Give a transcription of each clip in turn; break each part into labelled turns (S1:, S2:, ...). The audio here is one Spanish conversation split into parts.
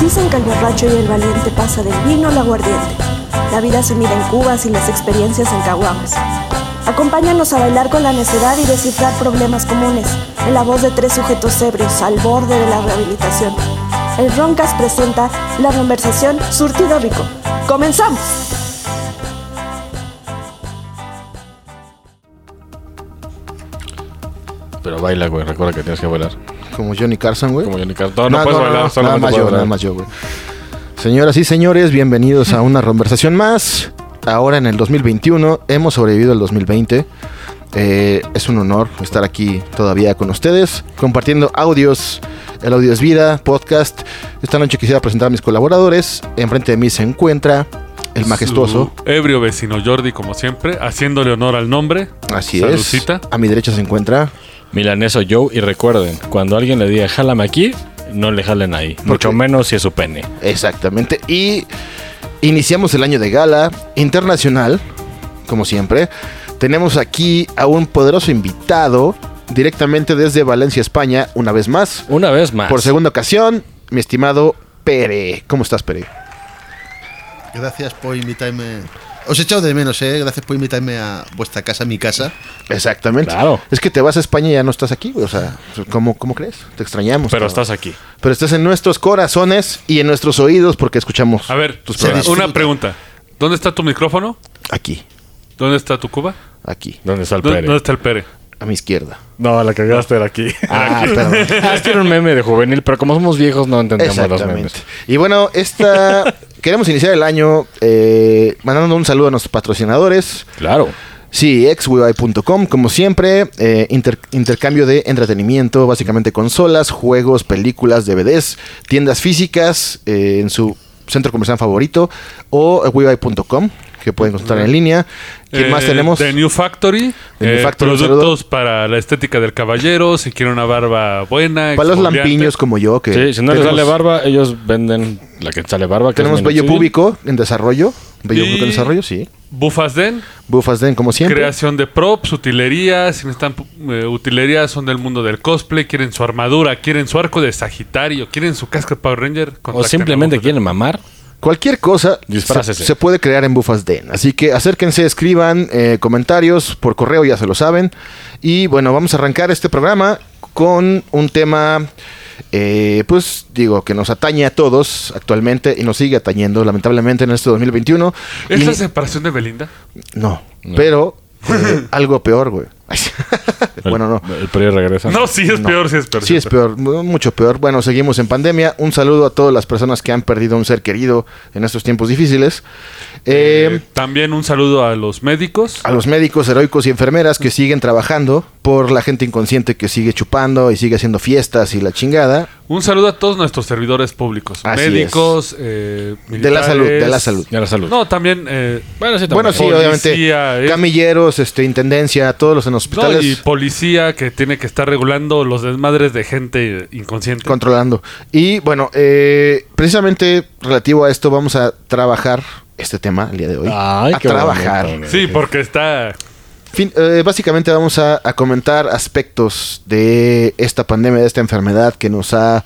S1: Dicen que el borracho y el valiente pasa del vino al aguardiente. La vida se mide en cubas y las experiencias en caguamas. Acompáñanos a bailar con la necedad y descifrar problemas comunes en la voz de tres sujetos ebrios al borde de la rehabilitación. El Roncas presenta la conversación Surtido Rico. ¡Comenzamos!
S2: Pero baila, güey. Recuerda que tienes que bailar.
S3: Como Johnny Carson, güey.
S2: Como Johnny Carson. No, no
S3: Nada-
S2: puedes
S3: no, no,
S2: bailar.
S3: no,
S2: solamente
S3: nada más
S2: puedes
S3: yo,
S2: bailar.
S3: nada más yo, güey. Señoras y señores, bienvenidos a una conversación más. Ahora en el 2021, hemos sobrevivido al 2020. Eh, es un honor estar aquí todavía con ustedes, compartiendo audios. El audio es vida, podcast. Esta noche quisiera presentar a mis colaboradores. Enfrente de mí se encuentra el majestuoso.
S4: Su ebrio vecino Jordi, como siempre, haciéndole honor al nombre.
S3: Así
S4: Salucita.
S3: es. Pues A mi derecha se encuentra.
S5: Milaneso Joe y recuerden, cuando alguien le diga jálame aquí, no le jalen ahí, mucho
S3: qué?
S5: menos si es su pene.
S3: Exactamente. Y iniciamos el año de gala internacional, como siempre. Tenemos aquí a un poderoso invitado directamente desde Valencia, España, una vez más.
S5: Una vez más.
S3: Por segunda ocasión, mi estimado Pere. ¿Cómo estás, Pere?
S6: Gracias por invitarme. Os he echado de menos, ¿eh? Gracias por invitarme a vuestra casa, mi casa.
S3: Exactamente.
S5: Claro.
S3: Es que te vas a España y ya no estás aquí, güey. O sea, ¿cómo, cómo crees? Te extrañamos.
S5: Pero
S3: cabrón.
S5: estás aquí.
S3: Pero estás en nuestros corazones y en nuestros oídos porque escuchamos
S4: A ver,
S3: tus
S6: se
S3: programas.
S6: disfruta.
S4: una pregunta. ¿Dónde está tu micrófono?
S3: Aquí,
S4: ¿Dónde está tu cuba?
S3: aquí,
S5: ¿Dónde está el
S4: ¿Dó- ¿Dónde
S5: pene?
S4: está el pere?
S3: a mi izquierda.
S5: No, la cagaste era aquí.
S3: Ah, perdón.
S5: Ah, es que era un meme de juvenil, pero como somos viejos no entendemos los
S3: Exactamente.
S5: memes.
S3: Y bueno, esta queremos iniciar el año eh, mandando un saludo a nuestros patrocinadores. E
S5: Claro.
S3: Sí, xwi.com, como siempre, eh, inter- intercambio de entretenimiento, básicamente consolas, juegos, películas, DVDs, tiendas físicas eh, en su centro comercial favorito o wiwi.com que pueden encontrar en línea. ¿Quién más
S4: Eh,
S3: tenemos?
S4: The New Factory.
S3: The New
S4: eh,
S3: Factory, un
S4: productos para la estética del caballero. Si quiere una barba buena.
S3: Para los
S4: exfoliante.
S3: lampiños como yo, que
S5: Sí, si no les
S3: tenemos,
S5: sale pues barba, ellos venden la que sale barba. que
S3: tenemos
S5: es
S3: bello
S5: minoxidil.
S3: público en desarrollo, bello
S4: Y-
S3: público en desarrollo, sí.
S4: Bufas Den.
S3: Bufas Den, como siempre.
S4: Creación de props, utilería. Si necesitan eh, utilería, son del mundo del cosplay. Quieren su armadura. Quieren su arco de Sagitario. Quieren su casco de Power Ranger.
S5: O
S4: Contacten a
S5: simplemente
S4: Bufas Den.
S5: quieren mamar.
S3: Cualquier cosa se,
S5: Disfrácese.
S3: se puede crear en Bufas Den. Así que acérquense, escriban eh, comentarios por correo, ya se lo saben. Y bueno, vamos a arrancar este programa con un tema, eh, pues digo, que nos atañe a todos actualmente y nos sigue atañendo lamentablemente en este 2021.
S4: ¿Es
S3: Y-
S4: la separación de Belinda?
S3: no, pero eh, algo peor, güey. bueno, no.
S5: El periodo regresa.
S4: No, sí es
S3: No.
S4: peor, sí es peor.
S3: Sí, es peor, mu- mucho peor. Bueno, seguimos en pandemia. Un saludo a todas las personas que han perdido a un ser querido en estos tiempos difíciles. Eh,
S4: Eh, también un saludo a los médicos.
S3: a los médicos heroicos y enfermeras que siguen trabajando por la gente inconsciente que sigue chupando y sigue haciendo fiestas y la chingada.
S4: Un saludo a todos nuestros servidores públicos.
S3: Así
S4: médicos, eh,
S3: De la
S4: militares.
S3: salud, de la salud.
S5: Ya la salud.
S4: No, también... eh,
S5: Bueno, sí, también.
S3: Bueno, sí,
S4: Policía,
S3: obviamente.
S4: es-
S3: Camilleros, este, intendencia, todos los en
S4: no,
S3: hospitales.
S4: y policía que tiene que estar regulando los desmadres de gente eh, inconsciente.
S3: controlando. Y bueno, eh, precisamente relativo a esto vamos a trabajar este tema el día de hoy.
S5: Ay,
S3: a
S5: qué
S3: trabajar.
S5: bonito.
S4: Sí, porque está...
S3: Fin- eh, básicamente vamos a, a comentar aspectos de esta pandemia, de esta enfermedad que nos ha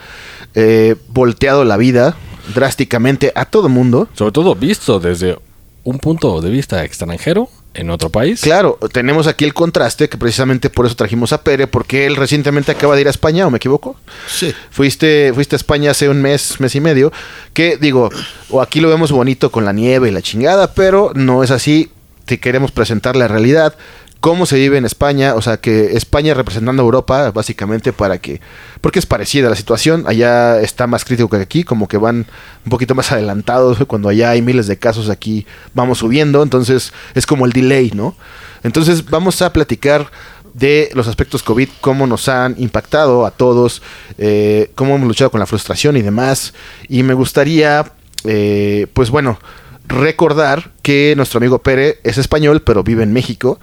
S3: eh, volteado la vida drásticamente a todo mundo.
S5: Sobre todo visto desde un punto de vista extranjero en otro país.
S3: Claro, tenemos aquí el contraste que precisamente por eso trajimos a Pere, porque él recientemente acaba de ir a España, ¿o me equivoco?
S6: Sí.
S3: Fuiste, fuiste a España hace un mes, mes y medio, que digo, o aquí lo vemos bonito con la nieve y la chingada, pero no es así. Te queremos presentar la realidad, cómo se vive en España, o sea, que España representando a Europa, básicamente para que, porque es parecida la situación, allá está más crítico que aquí, como que van un poquito más adelantados, cuando allá hay miles de casos, aquí vamos subiendo, entonces es como el delay, ¿no? Entonces vamos a platicar de los aspectos COVID, cómo nos han impactado a todos, eh, cómo hemos luchado con la frustración y demás. Y me gustaría, eh, pues bueno, recordar que nuestro amigo Pere es español, pero vive en México.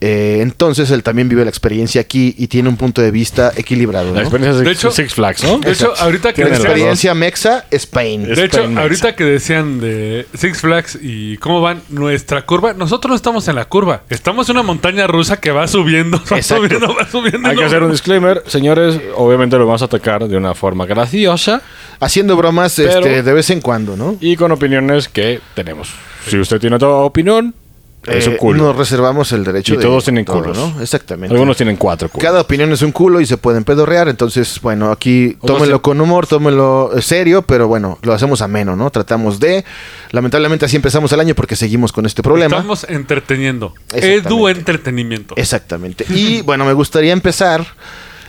S3: Eh, entonces él también vive la experiencia aquí y tiene un punto de vista equilibrado. ¿no?
S5: La experiencia
S4: De
S5: de
S4: hecho-
S5: Six Flags, ¿no?
S4: De hecho,
S3: Exacto.
S4: ahorita que
S5: Tiene
S3: La
S5: las
S4: decían,
S5: dos.
S3: experiencia mexa, Spain.
S5: Es-
S4: de hecho,
S5: Spain,
S4: ahorita que decían de Six Flags y cómo van nuestra curva, nosotros no estamos en la curva, estamos en una montaña rusa que va subiendo, va
S3: Exacto.
S4: subiendo, va subiendo.
S5: Hay
S4: no-
S5: que hacer un disclaimer, señores. Obviamente lo vamos a atacar de una forma graciosa
S3: Haciendo bromas
S5: Pero-
S3: este, de vez en cuando, ¿no?
S5: y con opiniones que tenemos. Si usted tiene otra opinión, es un
S3: Eh,
S5: culo.
S3: Nos reservamos el derecho
S5: Y
S3: de
S5: todos tienen
S3: todo,
S5: culos.
S3: ¿no? Exactamente.
S5: Algunos tienen cuatro culos.
S3: Cada opinión es un culo y se pueden pedorrear, entonces, bueno, aquí
S5: Otros
S3: tómenlo
S5: sí.
S3: con humor, tómenlo eh, serio, pero bueno, lo hacemos ameno, ¿no? Tratamos de... Lamentablemente así empezamos el año porque seguimos con este problema.
S4: Estamos entreteniendo.
S3: Exactamente.
S4: Edu entretenimiento.
S3: Exactamente. Y bueno, me gustaría empezar,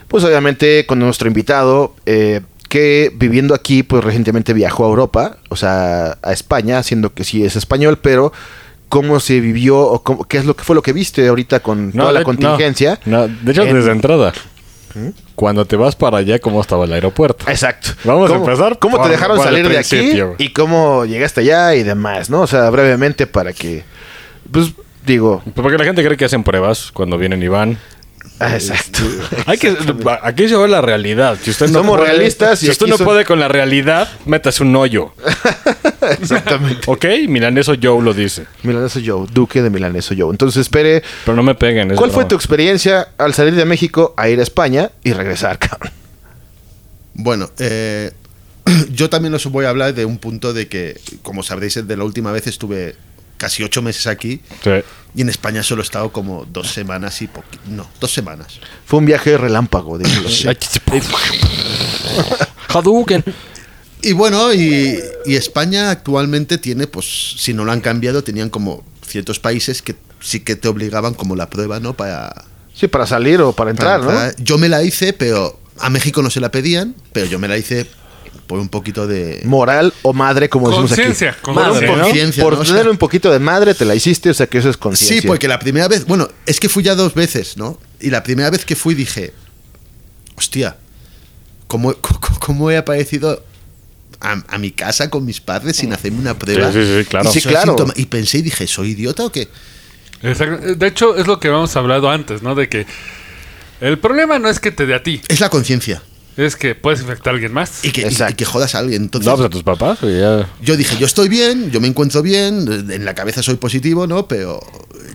S3: pues obviamente con nuestro invitado, eh, que viviendo aquí, pues recientemente viajó a Europa, o sea, a España, siendo que sí es español, pero cómo se vivió o cómo- qué es lo que fue lo que viste ahorita con
S5: No,
S3: toda la
S5: de-
S3: contingencia.
S5: no, no, de hecho,
S3: En- ¿Mm?
S5: desde entrada. Cuando te vas para allá, ¿cómo estaba el aeropuerto?
S3: Exacto.
S5: Vamos a
S3: ¿Cómo-
S5: empezar
S3: ¿Cómo te
S5: por-
S3: dejaron
S5: por el
S3: salir de aquí
S5: principio.
S3: y cómo llegaste allá y demás, no? O sea, brevemente para que, pues digo,
S5: Pues Porque la gente cree que hacen pruebas cuando vienen y van.
S6: Eh,
S3: ah, exacto.
S5: Hay que, aquí se ve la realidad. Si usted no
S3: Somos
S5: puede-
S3: realistas y
S5: Si usted
S3: aquí
S5: no
S3: son-
S5: puede con la realidad, métase un hoyo.
S3: Exactamente.
S5: ¿Ok? Miran, eso Joe lo dice.
S3: Milaneso Joe, Duque de Milaneso Joe. Entonces, espere,
S5: Pero no me peguen. es
S3: ¿Cuál fue
S5: broma.
S3: tu experiencia al salir de México a ir a España y regresar, cabrón?
S6: Bueno, eh, yo también os voy a hablar de un punto de que, como sabréis, de la última vez estuve casi ocho meses aquí
S5: Sí.
S6: y en España solo he estado como dos semanas y poqui- No, dos semanas.
S3: Fue un viaje relámpago, digo.
S5: Hadouken.
S6: Y bueno, y, y España actualmente tiene, pues, si no lo han cambiado, tenían como ciertos países que sí que te obligaban como la prueba, ¿no? Para,
S3: Sí, para salir o para
S6: para
S3: entrar,
S6: entrar. Yo me la hice, pero a México no se la pedían, pero yo me la hice por un poquito de...
S3: ¿no? Moral o madre, como decimos aquí.
S4: Conciencia,
S3: Por un
S4: conciencia,
S3: po-
S6: eh, ¿no? Conciencia,
S3: Por
S6: ¿no? O sea-
S3: tener un poquito de madre te la hiciste, o sea que eso es conciencia.
S6: Sí, porque la primera vez, bueno, es que fui ya dos veces, ¿no? Y la primera vez que fui dije, hostia, ¿cómo, co- co- cómo he aparecido a, a mi casa con mis padres sin hacerme una prueba?
S5: Sí, sí, sí, claro.
S6: Y soy
S3: Sí, claro.
S6: asíntoma- Y pensé y dije, ¿soy idiota o qué?
S4: Exacto. De hecho, es lo que habíamos hablado antes, ¿no? De que el problema no es que te dé a ti,
S6: Es la conciencia.
S4: es que puedes infectar a alguien más.
S6: Y que, y-
S3: Exacto.
S6: y que jodas a alguien. Entonces,
S5: No, pues a tus papás. y ya.
S6: yo dije, yo estoy bien, yo me encuentro bien, en la cabeza soy positivo, ¿no? Pero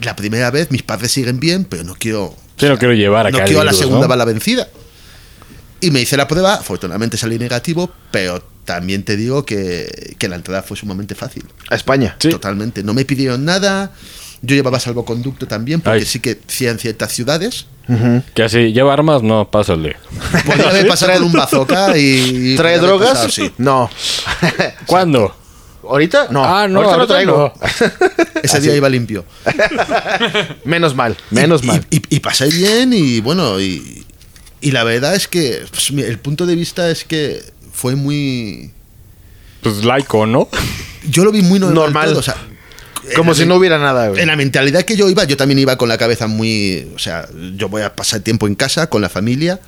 S6: la primera vez mis padres siguen bien, pero no quiero
S5: Sí, no quiero llevar acá
S6: no
S5: el
S6: quiero a la
S5: virus,
S6: segunda
S5: ¿no?
S6: bala vencida. Y me hice la prueba, afortunadamente salí negativo, pero también te digo que, que la entrada fue sumamente fácil.
S3: A España.
S6: Totalmente. No me pidieron nada. Yo llevaba salvoconducto también, porque
S5: Ay.
S6: sí que hacía en ciertas ciudades.
S5: Que así, lleva armas, no, pásale.
S6: Podía haber pasado con un bazooka y. podía
S3: ¿Trae
S6: haber
S3: drogas?
S6: pasado, sí.
S3: No.
S5: ¿Cuándo?
S3: ¿Ahorita? No.
S5: Ah, no,
S3: Ahorita no
S5: ahorita
S3: traigo.
S6: Ese
S5: Ah,
S6: día iba limpio.
S3: Menos mal, menos
S6: Y-
S3: mal.
S6: Y, y pasé bien y bueno, y, y la verdad es que pues, mi- el punto de vista es que fue muy.
S5: Pues laico, ¿no?
S6: Yo lo vi muy normal.
S3: Normal.
S6: todo, o sea,
S3: Como si no hubiera nada, güey.
S6: En la mentalidad que yo iba, yo también iba con la cabeza muy. O sea, yo voy a pasar tiempo en casa con la familia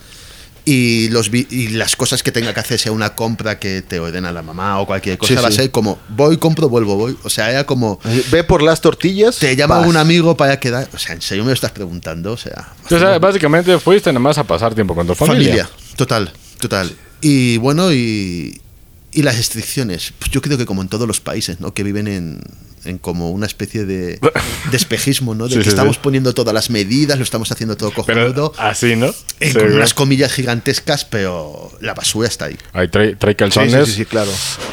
S6: y, los vi- y las cosas que tenga que hacer, sea una compra que te ordena la mamá o cualquier cosa,
S3: Sí,
S6: va a
S3: sí.
S6: ser como voy, compro, vuelvo, voy. O sea, era como.
S3: Ve por las tortillas.
S6: Te llama
S3: vas.
S6: un amigo para quedar. O sea, en serio me lo estás preguntando. O sea,
S5: O sea, básicamente fuiste nada más a pasar tiempo con tu familia.
S6: familia. Total, total. Y bueno, y. Y las restricciones, pues yo creo que como en todos los países, ¿no? Que viven en, en como una especie de, de espejismo, ¿no? De
S5: Sí, sí,
S6: que
S5: sí.
S6: estamos poniendo todas las medidas, lo estamos haciendo todo
S5: Pero
S6: cojonudo.
S5: así, ¿no?
S6: Eh,
S5: Sí,
S6: con
S5: güey.
S6: unas comillas gigantescas, pero la basura está ahí.
S5: Ahí trae, trae
S3: Sí,
S5: calzones.
S3: sí, sí, sí, claro.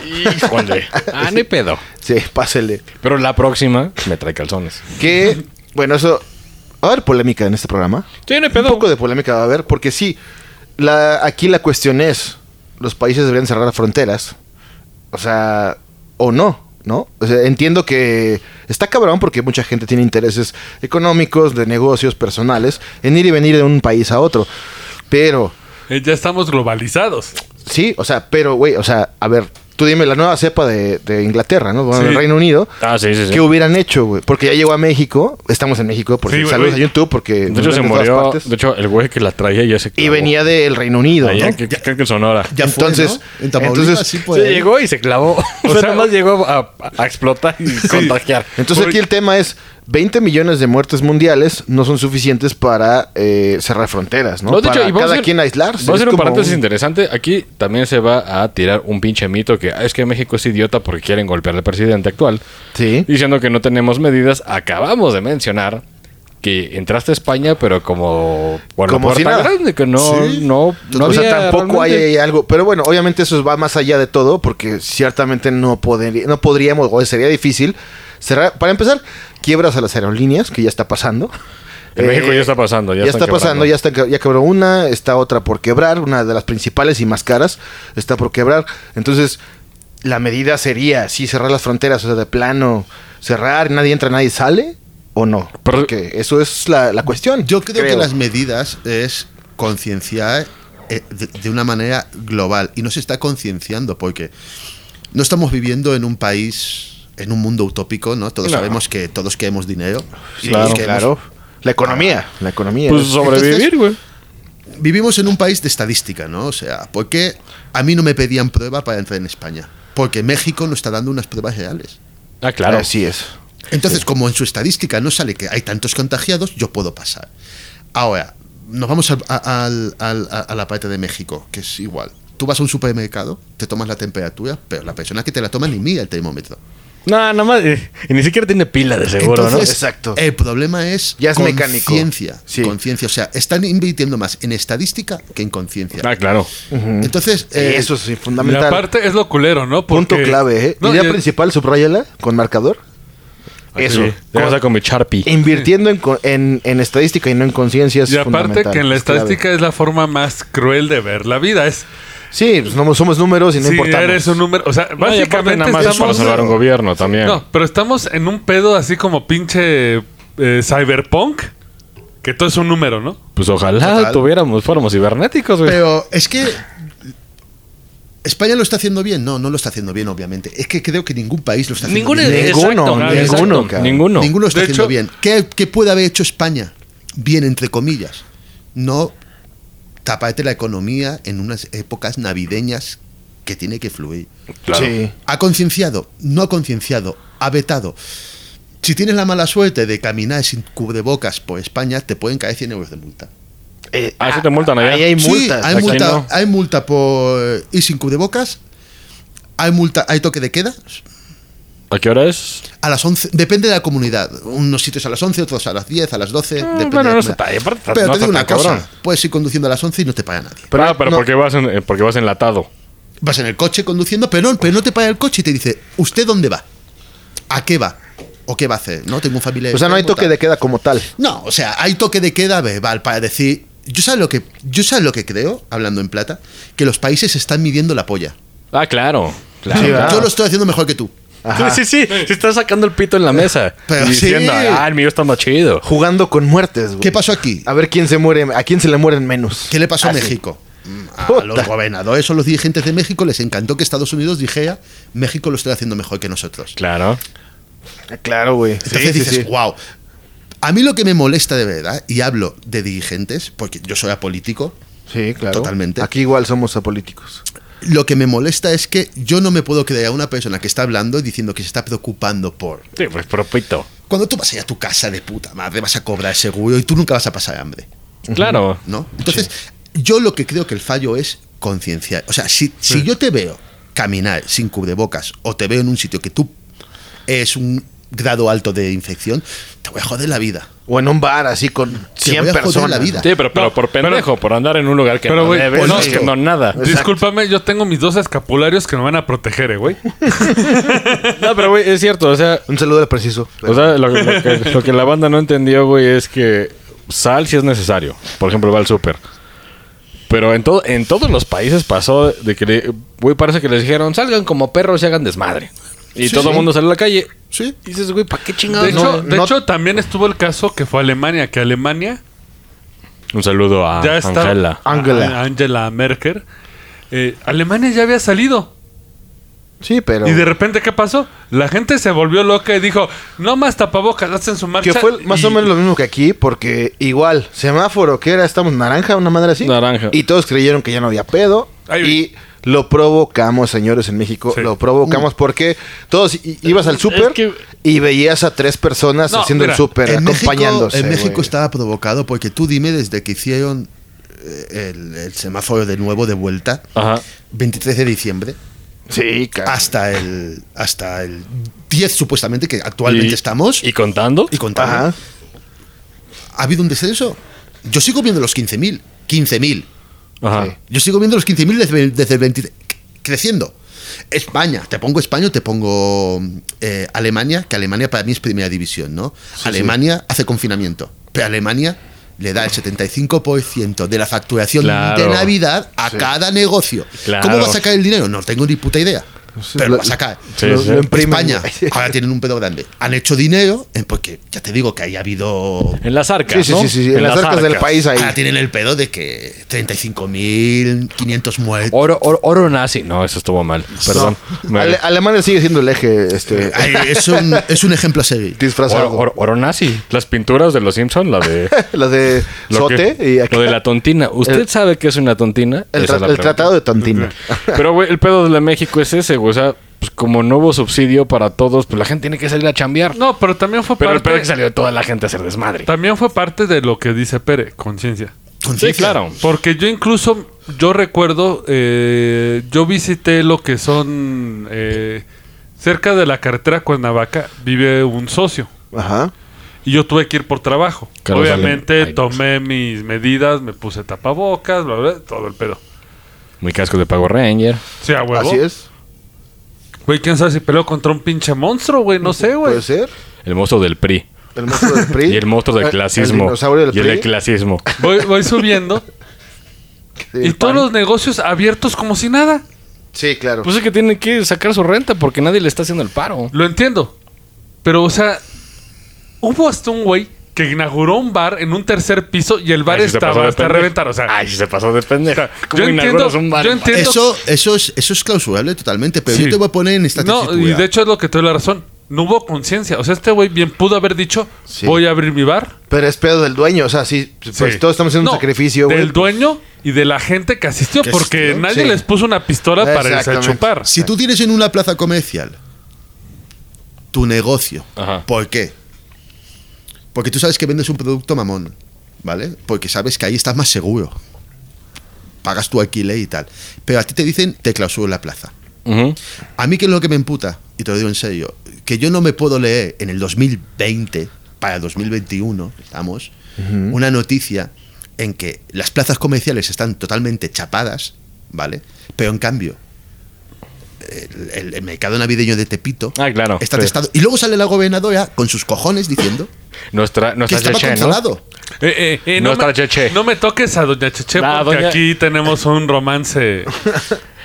S5: Híjole. Ah, ni pedo.
S3: Sí, pásele.
S5: Pero la próxima me trae calzones.
S3: Que, bueno, eso. Va a haber polémica en este programa.
S5: Sí, no
S3: Un poco de polémica va a haber, porque sí, la, aquí la cuestión es, los países deberían cerrar fronteras, o sea, o no, ¿no? O sea, entiendo que está cabrón porque mucha gente tiene intereses económicos, de negocios, personales, en ir y venir de un país a otro, pero,
S4: Eh, ya estamos globalizados.
S3: sí, o sea, pero, güey, o sea, a ver, tú dime la nueva cepa de, de Inglaterra, ¿no? Bueno,
S4: Sí.
S3: el Reino Unido.
S5: Ah, sí, sí, sí.
S3: ¿Qué hubieran hecho, güey? Porque ya llegó a México, estamos en México, por
S4: Sí,
S3: si-
S4: güey,
S3: saludos
S4: güey.
S3: a YouTube, porque
S5: De
S3: nos
S5: hecho, se
S3: ven todas
S5: murió.
S3: partes.
S5: De hecho, el güey que la traía ya se
S3: Y
S5: clavó.
S3: venía del Reino Unido, ¿no?
S5: Allá, que, que- creo que en Sonora.
S6: Ya fue,
S3: Entonces-
S6: ¿no? en Tamaulipas,
S3: entonces-
S6: sí,
S5: Se
S6: pues, ahí.
S5: llegó y se clavó. O sea, nada más llegó a, a explotar y contagiar.
S3: Entonces aquí el tema es, 20 millones de muertes mundiales no son suficientes para eh, cerrar fronteras, ¿no?
S5: No, de
S3: para
S5: hecho, y vamos a
S3: cada
S5: hacer-
S3: quien aislarse.
S5: Vamos a
S3: Es
S5: hacer un
S3: como
S5: paréntesis
S3: un-
S5: interesante. Aquí también se va a tirar un pinche mito que "Ah, es que México es idiota porque quieren golpear al presidente actual.
S3: Sí.
S5: Diciendo que no tenemos medidas. Acabamos de mencionar que entraste a España, pero como por
S3: Como
S5: la
S3: si
S5: puerta
S3: nada.
S5: grande, que no,
S3: Sí.
S5: no, no
S3: o sea,
S5: había
S3: tampoco hay,
S5: realmente-
S3: hay algo. Pero bueno, obviamente eso va más allá de todo, porque ciertamente no, poderi- no podríamos, o sería difícil cerrar. Para empezar, quiebras a las aerolíneas, que ya está pasando. Eh,
S5: En México ya está pasando, ya
S3: Ya,
S5: están
S3: está pasando,
S5: quebrando.
S3: ya, está, ya quebró una, está otra por quebrar, una de las principales y más caras está por quebrar. Entonces, la medida sería, sí, cerrar las fronteras, o sea, de plano, cerrar, nadie entra, nadie sale, o no.
S5: Pero-
S3: Porque eso es la, la cuestión.
S6: Yo creo, que las medidas es concienciar eh, de, de una manera global y no se está concienciando porque no estamos viviendo en un país, en un mundo utópico, ¿no? Todos
S5: No.
S6: sabemos que todos queremos dinero. y
S3: Pues Sí,
S6: todos
S3: claro,
S6: queremos-
S3: claro. La economía,
S6: Ah,
S3: la economía.
S5: Pues sobrevivir, güey.
S6: Vivimos en un país de estadística, ¿no? O sea, ¿por qué a mí no me pedían prueba para entrar en España? Porque México no está dando unas pruebas reales.
S5: Ah, claro.
S3: Así es.
S6: Entonces, como en su estadística no sale que hay tantos contagiados, yo puedo pasar. Ahora, nos vamos al- a, al- al- a- a la parte de México, que es igual. Tú vas a un supermercado, te tomas la temperatura, pero la persona que te la toma ni mira el termómetro.
S5: No, nada más. eh, Y ni siquiera tiene pila de seguro,
S6: Entonces,
S3: Exacto.
S6: El problema es
S3: Ya es mecánico.
S6: conciencia.
S3: Sí.
S6: Conciencia. O sea, están invirtiendo más en estadística que en conciencia.
S5: ¿no? Ah, claro.
S6: Entonces, eh,
S3: Eso es
S4: Y
S3: fundamental.
S4: aparte es lo culero, ¿no?
S3: Punto
S4: Porque-
S3: clave, ¿eh?
S4: No,
S3: Idea
S4: y- Ah,
S3: principal, subrayala con marcador. Eso.
S5: Sí. Vamos a con mi Sharpie.
S3: Invirtiendo en, co- en- en estadística y no en conciencia es
S4: Y aparte
S3: fundamental,
S4: que en la
S3: es clave.
S4: estadística es la forma más cruel de ver la vida. Es
S3: Sí, pues no somos números y no
S4: si
S3: importamos.
S4: eres un número... O sea,
S5: No, y aparte
S4: básicamente
S5: nada más para
S4: estamos-
S5: salvar un gobierno también.
S4: No, pero estamos en un pedo así como pinche eh, cyberpunk. Que todo es un número, ¿no?
S5: Pues ojalá
S6: Total.
S5: tuviéramos, fuéramos cibernéticos, güey.
S6: Pero es que. ¿España lo está haciendo bien? No, no lo está haciendo bien, obviamente. Es que creo que ningún país lo está haciendo bien.
S3: Ninguno,
S5: Exacto,
S3: ninguno,
S5: exacto.
S3: cabrón.
S5: ninguno.
S6: Ninguno lo está
S4: De
S6: haciendo
S4: hecho-
S6: bien. ¿Qué, qué puede haber hecho España? Bien, entre comillas. No taparte la economía en unas épocas navideñas que tiene que fluir.
S5: Claro.
S3: Sí.
S6: ¿Ha concienciado? No ha concienciado. Ha vetado. Si tienes la mala suerte de caminar sin cubrebocas por España, te pueden caer 100 euros de multa.
S3: Eh,
S5: Ah, sí te multan allá.
S3: Ahí hay
S6: Sí,
S3: multas.
S6: hay
S3: Aquí
S6: multa,
S3: no.
S6: hay multa por ir sin cubrebocas. Hay multa, hay toque de queda.
S5: ¿A qué hora es?
S6: A las 11, depende de la comunidad. Unos sitios a las 11, otros a las 10, a las 12. depende de la
S5: Mm, bueno, no
S6: comunidad.
S5: está ahí, aparte, no
S6: Pero te
S5: está
S6: digo una
S5: tan
S6: cosa:
S5: cabrón.
S6: puedes ir conduciendo a las 11 y no te paga nadie.
S5: Pero, ah, pero
S3: no.
S5: porque, vas en- eh, porque vas enlatado.
S6: Vas en el coche conduciendo, pero no, pero no te paga el coche y te dice: ¿Usted dónde va? ¿A qué va? ¿O qué va a hacer? No tengo un familiar.
S3: O sea, no hay
S6: enfermo,
S3: toque
S6: tal.
S3: de queda como tal.
S6: No, o sea, hay toque de queda verbal para decir. Yo sabes lo que, yo sabes lo que creo, hablando en plata, que los países están midiendo la polla.
S5: Ah, claro. claro.
S3: Sí, ¿verdad?
S6: Yo lo estoy haciendo mejor que tú.
S3: Ajá.
S5: Sí, sí, sí. Se está sacando el pito en la mesa.
S6: Pero
S5: y diciendo,
S6: sí.
S5: ah, el mío está más chido.
S3: Jugando con muertes, güey.
S6: ¿Qué pasó aquí?
S3: A ver quién se muere, a quién se le mueren menos. Ah,
S6: ¿Qué le pasó a
S3: Así.
S6: México? Mm, A
S3: Puta.
S6: los gobernadores o los dirigentes de México les encantó que Estados Unidos dijera México lo está haciendo mejor que nosotros.
S5: Claro.
S3: Claro, güey. Sí,
S6: Entonces
S3: sí,
S6: dices,
S3: sí.
S6: wow. A mí lo que me molesta de verdad, y hablo de dirigentes, porque yo soy apolítico,
S3: Sí, claro.
S6: Totalmente.
S3: Aquí igual somos apolíticos.
S6: lo que me molesta es que yo no me puedo creer a una persona que está hablando y diciendo que se está preocupando por...
S5: Sí, pues propito.
S6: Cuando tú vas allá a tu casa de puta madre, vas a cobrar seguro y tú nunca vas a pasar hambre.
S5: Claro.
S6: ¿no? Entonces, yo lo que creo que el fallo es concienciar. O sea, si, si yo te veo caminar sin cubrebocas o te veo en un sitio que tú es un grado alto de infección, te voy a joder la vida.
S3: O en un bar así con 100
S6: voy a joder
S3: personas.
S6: la vida.
S5: Sí, pero, pero
S4: No,
S5: por pendejo, por andar en un lugar que
S4: Pero,
S5: no
S4: güey,
S5: debes,
S6: pues
S5: no
S6: no.
S5: haciendo nada.
S4: Discúlpame, yo tengo mis dos escapularios que me van a proteger, eh, güey.
S5: No, pero güey, es cierto, o sea,
S3: Un saludo al preciso.
S5: o sea lo, lo que, lo que la banda no entendió, güey, es que sal si es necesario. Por ejemplo, va al súper. Pero en, todo, en todos los países pasó de que, le- güey, parece que les dijeron, salgan como perros y hagan desmadre. Y
S6: Sí,
S5: todo el
S6: sí.
S5: mundo sale a la calle.
S6: Sí.
S5: Y dices, güey, ¿para qué chingados?
S4: De, hecho,
S3: no,
S4: de
S3: no-
S4: hecho, también estuvo el caso que fue Alemania, que Alemania
S5: Un saludo a
S4: ya está
S5: Ah, Angela.
S3: Angela.
S4: A- Angela Merkel. Eh, Alemania ya había salido.
S3: sí, pero.
S4: Y de repente, ¿qué pasó? La gente se volvió loca y dijo, no más tapabocas, hacen su marcha.
S3: Que fue más
S4: y-
S3: o menos lo mismo que aquí, porque igual, semáforo, que era? Estamos naranja, una madre así.
S5: Naranja.
S3: Y todos creyeron que ya no había pedo.
S4: Ay,
S3: y Lo provocamos, señores, en México.
S4: Sí.
S3: Lo
S6: Mm.
S3: provocamos porque todos i- ibas al súper
S5: Es que-
S3: y veías a tres personas
S4: No,
S3: haciendo
S4: mira,
S3: el súper,
S6: en México,
S3: acompañándose.
S6: en México
S3: güey.
S6: estaba provocado porque tú dime desde que hicieron eh, el, el semáforo de nuevo de vuelta,
S5: Ajá.
S6: 23 de diciembre,
S3: Sí, cabrón.
S6: hasta el, hasta el 10 supuestamente, que actualmente
S5: Y-
S6: estamos,
S5: ¿Y contando?
S6: y contando.
S3: Ajá.
S6: ¿Ha habido un descenso? Yo sigo viendo los 15.000. 15.000.
S5: Ajá.
S3: Sí.
S6: Yo sigo viendo los 15.000 desde, desde el 23. Creciendo. España, te pongo España, te pongo eh, Alemania, que Alemania para mí es primera división, ¿no? Alemania hace confinamiento, pero Alemania le da el 75% de la facturación
S5: Claro.
S6: de Navidad a cada negocio.
S5: Claro.
S6: ¿Cómo va a sacar el dinero? No tengo ni puta idea, pero lo va a
S3: lo-
S6: sacar.
S5: Sí,
S3: Lo-
S5: sí.
S3: lo imprimen,
S6: España,
S3: güey.
S6: ahora tienen un pedo grande. Han hecho dinero, eh, porque ya te digo que ahí ha habido
S5: En las arcas,
S3: Sí, sí,
S5: ¿no?
S3: sí, sí, sí, En las arcas del país ahí.
S6: Ahora Ah, tienen el pedo de que 35.500 muertos.
S5: Oro, oro, oro nazi. No, eso estuvo mal. Perdón. Me-
S3: Ale- Alemania sigue siendo el eje este,
S6: Ay, Es un, es un ejemplo a seguir.
S3: disfrazado.
S5: Oro, oro- oro nazi. Las pinturas de los Simpson, la de.
S3: La de
S5: lo que-
S3: Sote y acá-
S5: lo de la tontina. ¿Usted
S3: El-
S5: sabe qué es una tontina?
S3: el,
S5: Esa
S3: tra-
S5: es la
S3: el
S5: pregunta.
S3: tratado de Tontina.
S5: Pero, güey, el pedo de la México es ese, güey. O sea, pues como no hubo subsidio para todos, pues la gente tiene que salir a chambear.
S4: No, pero también fue
S5: Pero el
S4: parte.
S5: pedo es que salió toda la gente a hacer desmadre.
S4: También fue parte de lo que dice Pere, conciencia.
S5: Sí,
S6: Conciencia.
S5: claro.
S4: Porque yo incluso, yo recuerdo, eh, yo visité lo que son, eh, cerca de la carretera Cuernavaca, vive un socio.
S3: Ajá.
S4: Y yo tuve que ir por trabajo.
S5: Carlos
S4: Obviamente
S5: Slim. Ay,
S4: tomé mis medidas, me puse tapabocas, bla, bla, bla, todo el pedo.
S5: Mi casco de Pago Ranger.
S4: Sí, a huevo.
S3: Así es.
S4: Güey, quién sabe si peleó contra un pinche monstruo, güey, no sé, güey.
S3: Puede ser.
S5: El monstruo del PRI.
S3: El monstruo del PRI.
S5: Y el monstruo
S3: Eh,
S5: del
S3: El
S5: clasismo.
S3: dinosaurio del
S5: y el
S3: PRI.
S5: del clasismo.
S4: Voy, voy subiendo
S3: Sí,
S4: y
S3: el
S4: todos
S3: PAN.
S4: los negocios abiertos como si nada.
S3: Sí, claro.
S5: Pues es que tienen que sacar su renta porque nadie le está haciendo el paro.
S4: Lo entiendo. Pero, o sea, hubo hasta un güey que inauguró un bar en un tercer piso y el bar
S5: Ay, sí se pasó
S4: estaba
S5: de
S4: hasta
S5: pendejo.
S4: reventar. O sea,
S5: Ay, sí se pasó de pendeja.
S4: o sea,
S5: ¿Cómo
S4: yo
S5: inauguras
S4: entiendo-
S5: un bar?
S4: yo
S5: en
S4: entiendo-
S6: Eso, eso, es, eso es clausurable totalmente, pero
S4: Sí.
S6: yo te voy a poner en esta
S4: no, y
S6: tesitura.
S4: de hecho es lo que te doy la razón. No hubo conciencia. O sea, este güey bien pudo haber dicho,
S3: Sí.
S4: voy a abrir mi bar.
S3: Pero es pedo del dueño. O sea, sí. Pues
S4: Sí.
S3: todos estamos haciendo
S4: No,
S3: un sacrificio, güey.
S4: Del dueño y de la gente que asistió,
S6: Que
S4: porque
S6: asistió,
S4: nadie
S3: sí.
S4: les puso una pistola para irse a
S3: Exactamente.
S4: chupar.
S6: Si tú tienes en una plaza comercial tu negocio,
S5: Ajá.
S6: ¿por qué? Porque tú sabes que vendes un producto mamón, ¿vale? Porque sabes que ahí estás más seguro. Pagas tu alquiler y tal. Pero a ti te dicen, te clausuro la plaza.
S5: Ujú.
S6: A mí, ¿qué es lo que me emputa? Y te lo digo en serio. Que yo no me puedo leer en el 2020, para 2021, estamos, una noticia en que las plazas comerciales están totalmente chapadas, ¿vale? Pero en cambio, el, el- el mercado navideño de Tepito
S5: Ah, claro.
S6: está
S5: Sí.
S6: testado. Y luego sale la gobernadora con sus cojones diciendo
S5: Nuestra,
S6: que
S5: nuestra
S6: estaba
S5: Cheche, ¿no?
S6: controlado.
S4: Eh, eh, eh,
S5: No
S4: no,
S5: está
S4: me,
S5: Cheche.
S4: no me toques a Doña Cheche
S5: Nah,
S4: porque
S5: doña-
S4: aquí tenemos un romance.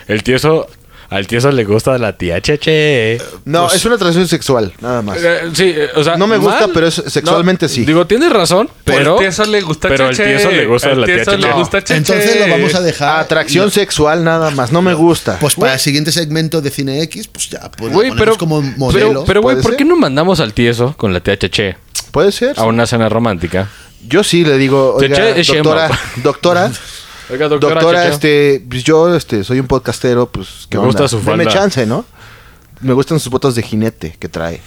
S5: El tieso, al tieso le gusta la tía Cheche.
S3: No,
S4: pues-
S3: es una atracción sexual, nada más.
S5: Eh, sí, eh, o sea,
S3: No me gusta, pero es- sexualmente sí.
S5: Digo, tienes razón, pero.
S4: al tieso le gusta
S5: pero al
S4: Cheche.
S5: tieso le gusta
S4: Al
S5: la tía
S4: tieso le
S5: Cheche.
S4: gusta Cheche.
S6: Entonces lo vamos a dejar.
S3: atracción sexual, nada más. No me gusta.
S6: Pues para el siguiente segmento de Cine X, pues ya, pues lo
S5: Güey,
S6: ponemos
S5: pero.
S6: como
S5: pero-
S6: modelo.
S5: Pero, güey,
S3: ¿puede
S5: ¿por
S3: ser?
S5: qué no mandamos al tieso con la tía Cheche
S3: Puede ser.
S5: a una cena romántica?
S3: Yo sí le digo,
S5: Te
S3: oiga,
S5: eché- eché,
S3: doctora,
S5: mamá.
S3: doctora,
S5: Oiga,
S3: doctora, este, pues, yo este, soy un podcastero, pues que
S5: Me gusta su
S3: Deme
S5: falda.
S3: chance, ¿no? Me gustan sus botas de jinete que trae.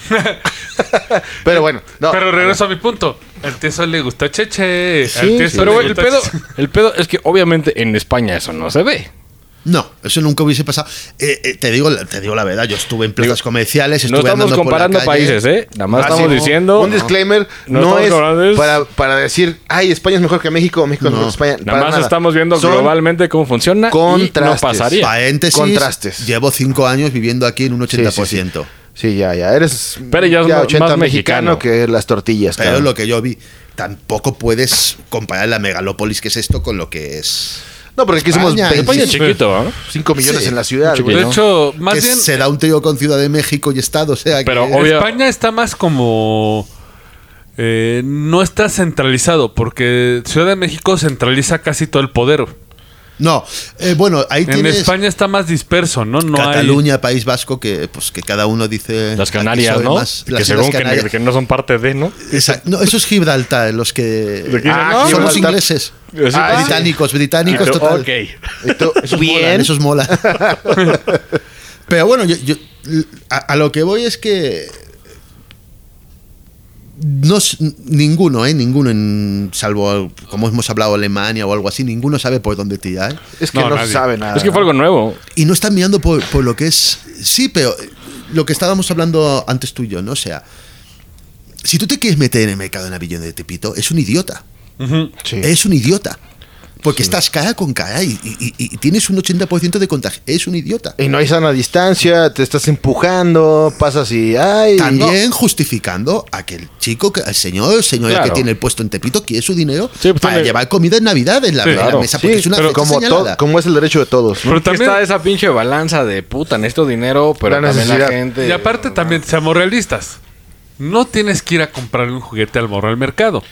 S3: Pero bueno, no.
S4: Pero regreso a mi punto. Al tieso le gusta Cheche. Al
S3: Sí,
S4: tieso
S3: sí.
S4: le
S5: Pero, güey, el
S4: gusta
S5: pedo,
S4: Cheche.
S5: el pedo es que obviamente en España eso no se ve.
S6: No, eso nunca hubiese pasado. Eh, eh, te, digo, la- te digo la verdad, yo estuve en plazas comerciales,
S5: No
S6: estuve
S5: estamos
S6: andando por la
S5: comparando
S6: calle.
S5: países, ¿eh? Nada más
S3: Ah,
S5: estamos
S3: sí, no.
S5: diciendo.
S3: Un disclaimer
S5: No
S3: no,
S5: estamos
S3: es
S5: hablando de-
S3: para, para decir, ay, España es mejor que México, México es mejor que España.
S5: Nada
S3: para
S5: más estamos viendo
S3: Son-
S5: globalmente cómo funciona. Y no
S3: contrastes.
S5: pasaría.
S6: Paréntesis,
S3: Contrastes.
S6: llevo cinco años viviendo aquí en un
S3: Sí, Pues sí,
S6: 80%.
S3: Sí, Sí, ya, ya. Eres
S5: Pero ya es más- más mexicano.
S3: que las tortillas.
S6: Pero
S3: cabrón.
S6: lo que yo vi, tampoco puedes comparar la megalópolis que es esto con lo que es...
S3: No, porque aquí somos
S6: España,
S5: España es
S3: 25
S5: chiquito, ¿eh?
S3: 5 millones
S6: Sí.
S3: en la ciudad, güey.
S4: De
S5: ¿no?
S4: hecho, más
S6: que
S4: bien,
S6: se da un tío con Ciudad de México y Estado, o sea que-
S5: Pero oh, obvio-
S4: España está más como... eh, no está centralizado, porque Ciudad de México centraliza casi todo el poder.
S6: No, eh, bueno, ahí
S4: En
S6: tienes
S4: España está más disperso, ¿no? No
S6: Cataluña, País Vasco, que pues que cada uno dice
S5: Las
S6: aquí
S5: Canarias,
S6: soy
S5: ¿no?
S6: más-
S5: que
S6: las Islas
S5: según que-
S6: Canarias.
S5: que, no son parte de, ¿no?
S6: Esa- no, eso es Gibraltar, los que
S5: qué?
S6: Ah,
S5: Ah,
S6: somos
S3: Gibraltar.
S6: ingleses.
S5: Ah,
S6: Ah,
S5: sí.
S6: británicos, británicos,
S5: Pero,
S6: total.
S5: ok.
S3: Y tú,
S6: Esos molan,
S3: bien.
S6: esos molan. Pero bueno, yo, yo- a, a lo que voy es que no s- ninguno, eh, ninguno en salvo al- como hemos hablado Alemania o algo así, ninguno sabe por dónde tirar
S3: Es que
S4: No,
S3: no,
S4: nadie.
S3: sabe nada.
S5: Es que fue algo nuevo.
S6: y no están mirando por, por lo que es. Sí, pero lo que estábamos hablando antes tú y yo, ¿no? O sea, si tú te quieres meter en el mercado de navillón de Tepito, es un idiota.
S3: Sí.
S6: Es un idiota. Porque estás cara con cara y, y- y- y tienes un 80% de contagio. Es un idiota.
S3: Y no hay sana distancia, te estás empujando, pasas y. ¡Ay!
S6: También justificando a que el chico, que, el señor, señora
S5: Claro.
S6: que tiene el puesto en Tepito, quiere su dinero
S5: Sí, pues,
S6: para
S5: tiene-
S6: llevar comida en Navidad en la,
S4: Sí,
S6: en la
S5: claro.
S6: mesa,
S3: no.
S6: porque
S3: Sí,
S6: es una
S3: pero
S6: fecha
S3: como, to-
S6: señalada.
S3: como es el derecho de todos. ¿no?
S4: Pero
S5: Que
S4: también,
S5: está esa pinche balanza de puta, necesito dinero, pero
S3: La
S5: también la
S3: necesidad.
S5: gente.
S4: y aparte también, seamos realistas. No tienes que ir a comprarle un juguete al morro al mercado.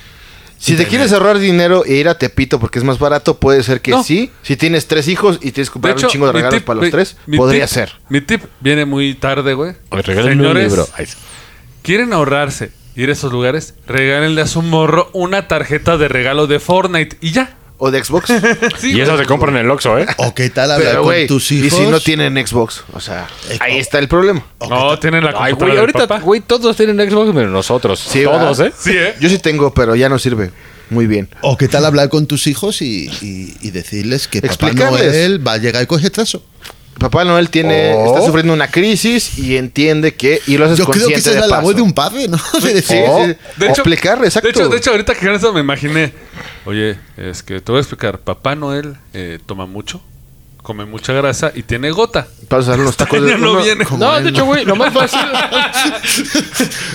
S3: Si te quieres ahorrar dinero e ir a Tepito porque es más barato, puede ser que
S4: No.
S3: sí. Si tienes tres hijos y tienes que
S4: De
S3: comprar
S4: hecho,
S3: un chingo de
S4: mi
S3: regalos
S4: tip-
S3: para los
S4: mi-
S3: tres,
S4: mi
S3: podría
S4: tip-
S3: ser.
S4: Mi tip viene muy tarde, güey.
S5: Oye, regálenme un libro. Ay, sí.
S4: ¿Quieren ahorrarse ir a esos lugares? Regálenle a su morro una tarjeta de regalo de Fortnite y ya.
S3: O de Xbox.
S4: Sí,
S5: Y
S4: güey.
S5: eso se compra en el Oxxo, ¿eh?
S6: O qué tal hablar
S3: Pero,
S6: con
S3: güey,
S6: tus
S3: y
S6: hijos.
S3: si no tienen Xbox, o sea,
S6: Eh,
S3: ahí
S6: no.
S3: está el problema.
S4: No, tienen la
S5: Ay,
S4: computadora
S5: güey,
S4: del
S5: ahorita,
S4: papá.
S5: güey, todos tienen Xbox menos nosotros.
S3: Sí,
S5: todos,
S3: ¿verdad?
S5: ¿eh?
S4: Sí, ¿eh?
S3: Yo sí tengo, pero ya no sirve. Muy bien.
S6: O qué tal hablar con tus hijos y, y- y decirles que Papá
S3: Explicarles.
S6: Noel va a llegar con retraso.
S3: Papá Noel tiene,
S5: O-
S3: está sufriendo una crisis y entiende que y lo haces
S6: Oh. Yo creo que
S3: consciente
S6: esa es
S3: de
S6: la labor
S3: paso.
S6: de un padre, ¿no? De
S3: Sí, Oh.
S6: decir,
S3: sí, sí. O explicarle, exacto.
S4: De hecho, de hecho, ahorita que con eso me imaginé. Oye, es que te voy a explicar. Papá Noel eh, toma mucho, come mucha grasa y tiene gota.
S3: Para usar unos tacos de
S4: Ya no
S3: uno-
S4: viene.
S6: como
S5: No,
S6: él,
S5: de hecho, güey, lo más fácil.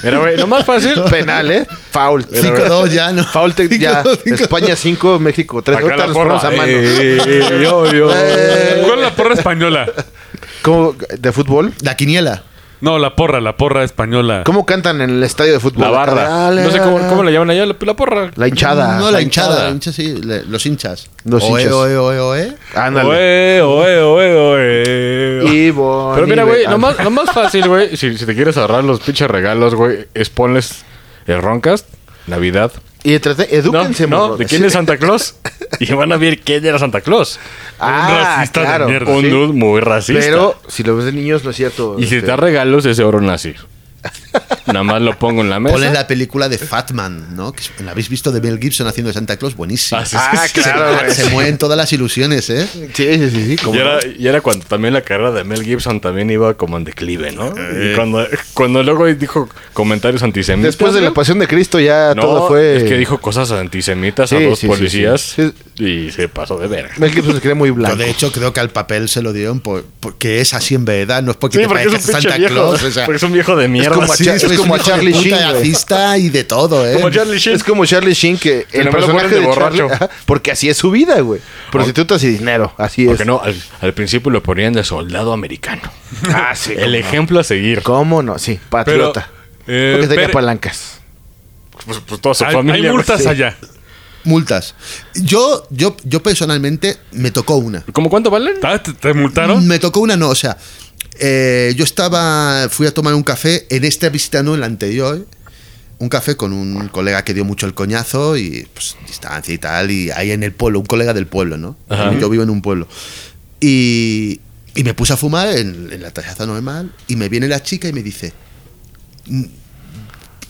S5: Mira, güey, lo más fácil.
S3: penal, ¿eh? Foul.
S6: Cinco,
S3: Pero-
S6: dos, ya, ¿no?
S3: Foul te- ya.
S6: Cinco, cinco.
S3: España 5, México 3.
S5: Acá
S3: Ahorita
S5: la
S3: los
S5: porra.
S3: ponemos a mano. Eh,
S5: Eh, eh, yo, yo.
S4: ¿Cuál es la porra española?
S3: ¿Cómo- ¿De fútbol?
S6: la quiniela.
S4: No, la porra, la porra española.
S3: ¿Cómo cantan en el estadio de fútbol?
S5: La barra.
S3: Dale,
S5: No sé cómo,
S3: dale.
S5: cómo le llaman allá la, la porra.
S3: La hinchada.
S6: No, la hinchada. la hincha, sí, le- los hinchas.
S3: Los
S6: Oe,
S3: hinchas.
S6: oe, oe, oe.
S3: Ándale.
S5: Oe, oe, oe, oe.
S3: Y bon-
S5: Pero mira,
S3: y
S5: güey,
S3: ve-
S5: lo más, lo más fácil, güey, si, si te quieres ahorrar los pinches regalos, güey, es ponles el Roncast, Navidad.
S3: Y entrete- edúquense,
S5: no, no,
S3: morros.
S5: ¿de quién es Santa Claus? Y van a ver quién era Santa Claus.
S3: Ah,
S4: racista de
S3: claro.
S4: mierda.
S5: Un
S3: sí.
S5: dude muy racista.
S3: Pero si lo ves de niños, no es cierto.
S5: y si
S3: Este,
S5: te da regalos, ese oro nazi. Nada más lo pongo en la mesa.
S6: Ponle la película de Fatman, ¿no? Que es- la habéis visto de Mel Gibson haciendo de Santa Claus, buenísimo.
S5: Ah, sí,
S3: Ah,
S5: sí, sí.
S3: claro, güey.
S6: Se mueven todas las ilusiones, ¿eh?
S3: Sí, sí, sí. sí, cómo
S5: Y
S3: no.
S5: era, y era cuando también la carrera de Mel Gibson también iba como en declive, ¿no? Y cuando, cuando luego dijo comentarios antisemitas.
S3: Después de la
S5: güey,
S3: pasión de Cristo ya
S5: no,
S3: todo fue...
S5: Es que dijo cosas antisemitas
S3: Sí,
S5: a dos
S3: sí, sí,
S5: policías
S3: sí.
S5: y se pasó de verga.
S3: Mel Gibson pues, se cree muy
S6: Yo,
S3: blanco.
S6: de hecho, creo que al papel se lo dieron por- porque es así en verdad, no es porque
S5: Sí,
S6: te
S5: porque es un
S6: parezcas a
S5: pinche
S6: Santa
S5: viejo.
S6: Claus. O sea,
S5: porque es un viejo de mierda.
S3: como a
S5: sí.
S3: Char- es
S6: es
S3: como
S6: como
S3: a Charlie Sheen, güey.
S6: racista y de todo, ¿eh?
S5: Como Charlie Sheen.
S3: Es como Charlie Sheen que
S5: nomás
S3: el
S5: lo
S3: personaje
S5: ponen
S3: de,
S5: de borracho.
S3: Charlie, ajá, porque así es su vida, güey. Prostitutas y dinero, así es.
S5: Porque no, al, al principio lo ponían de soldado americano.
S3: Ah, sí,
S5: El ejemplo a seguir.
S3: ¿Cómo no? Sí,
S4: Pero,
S3: patriota.
S4: eh,
S3: porque tenía
S4: pero-
S3: palancas.
S5: Pues, pues toda su
S4: hay,
S5: familia.
S4: hay
S5: güey.
S4: multas
S5: Sí.
S4: allá.
S6: Multas. Yo, yo, yo personalmente me tocó una.
S5: ¿Cómo cuánto valen?
S4: ¿Ta- ¿Te, te multaron?
S6: Me tocó una, no, o sea, eh, yo estaba, fui a tomar un café en esta visita, no en la anterior, un café con un colega que dio mucho el coñazo y pues distancia y tal, y ahí en el pueblo, un colega del pueblo, ¿no?
S5: Ajá.
S6: Yo vivo en un pueblo. Y, y me puse a fumar en, en la terraza normal y me viene la chica y me dice, "Mm,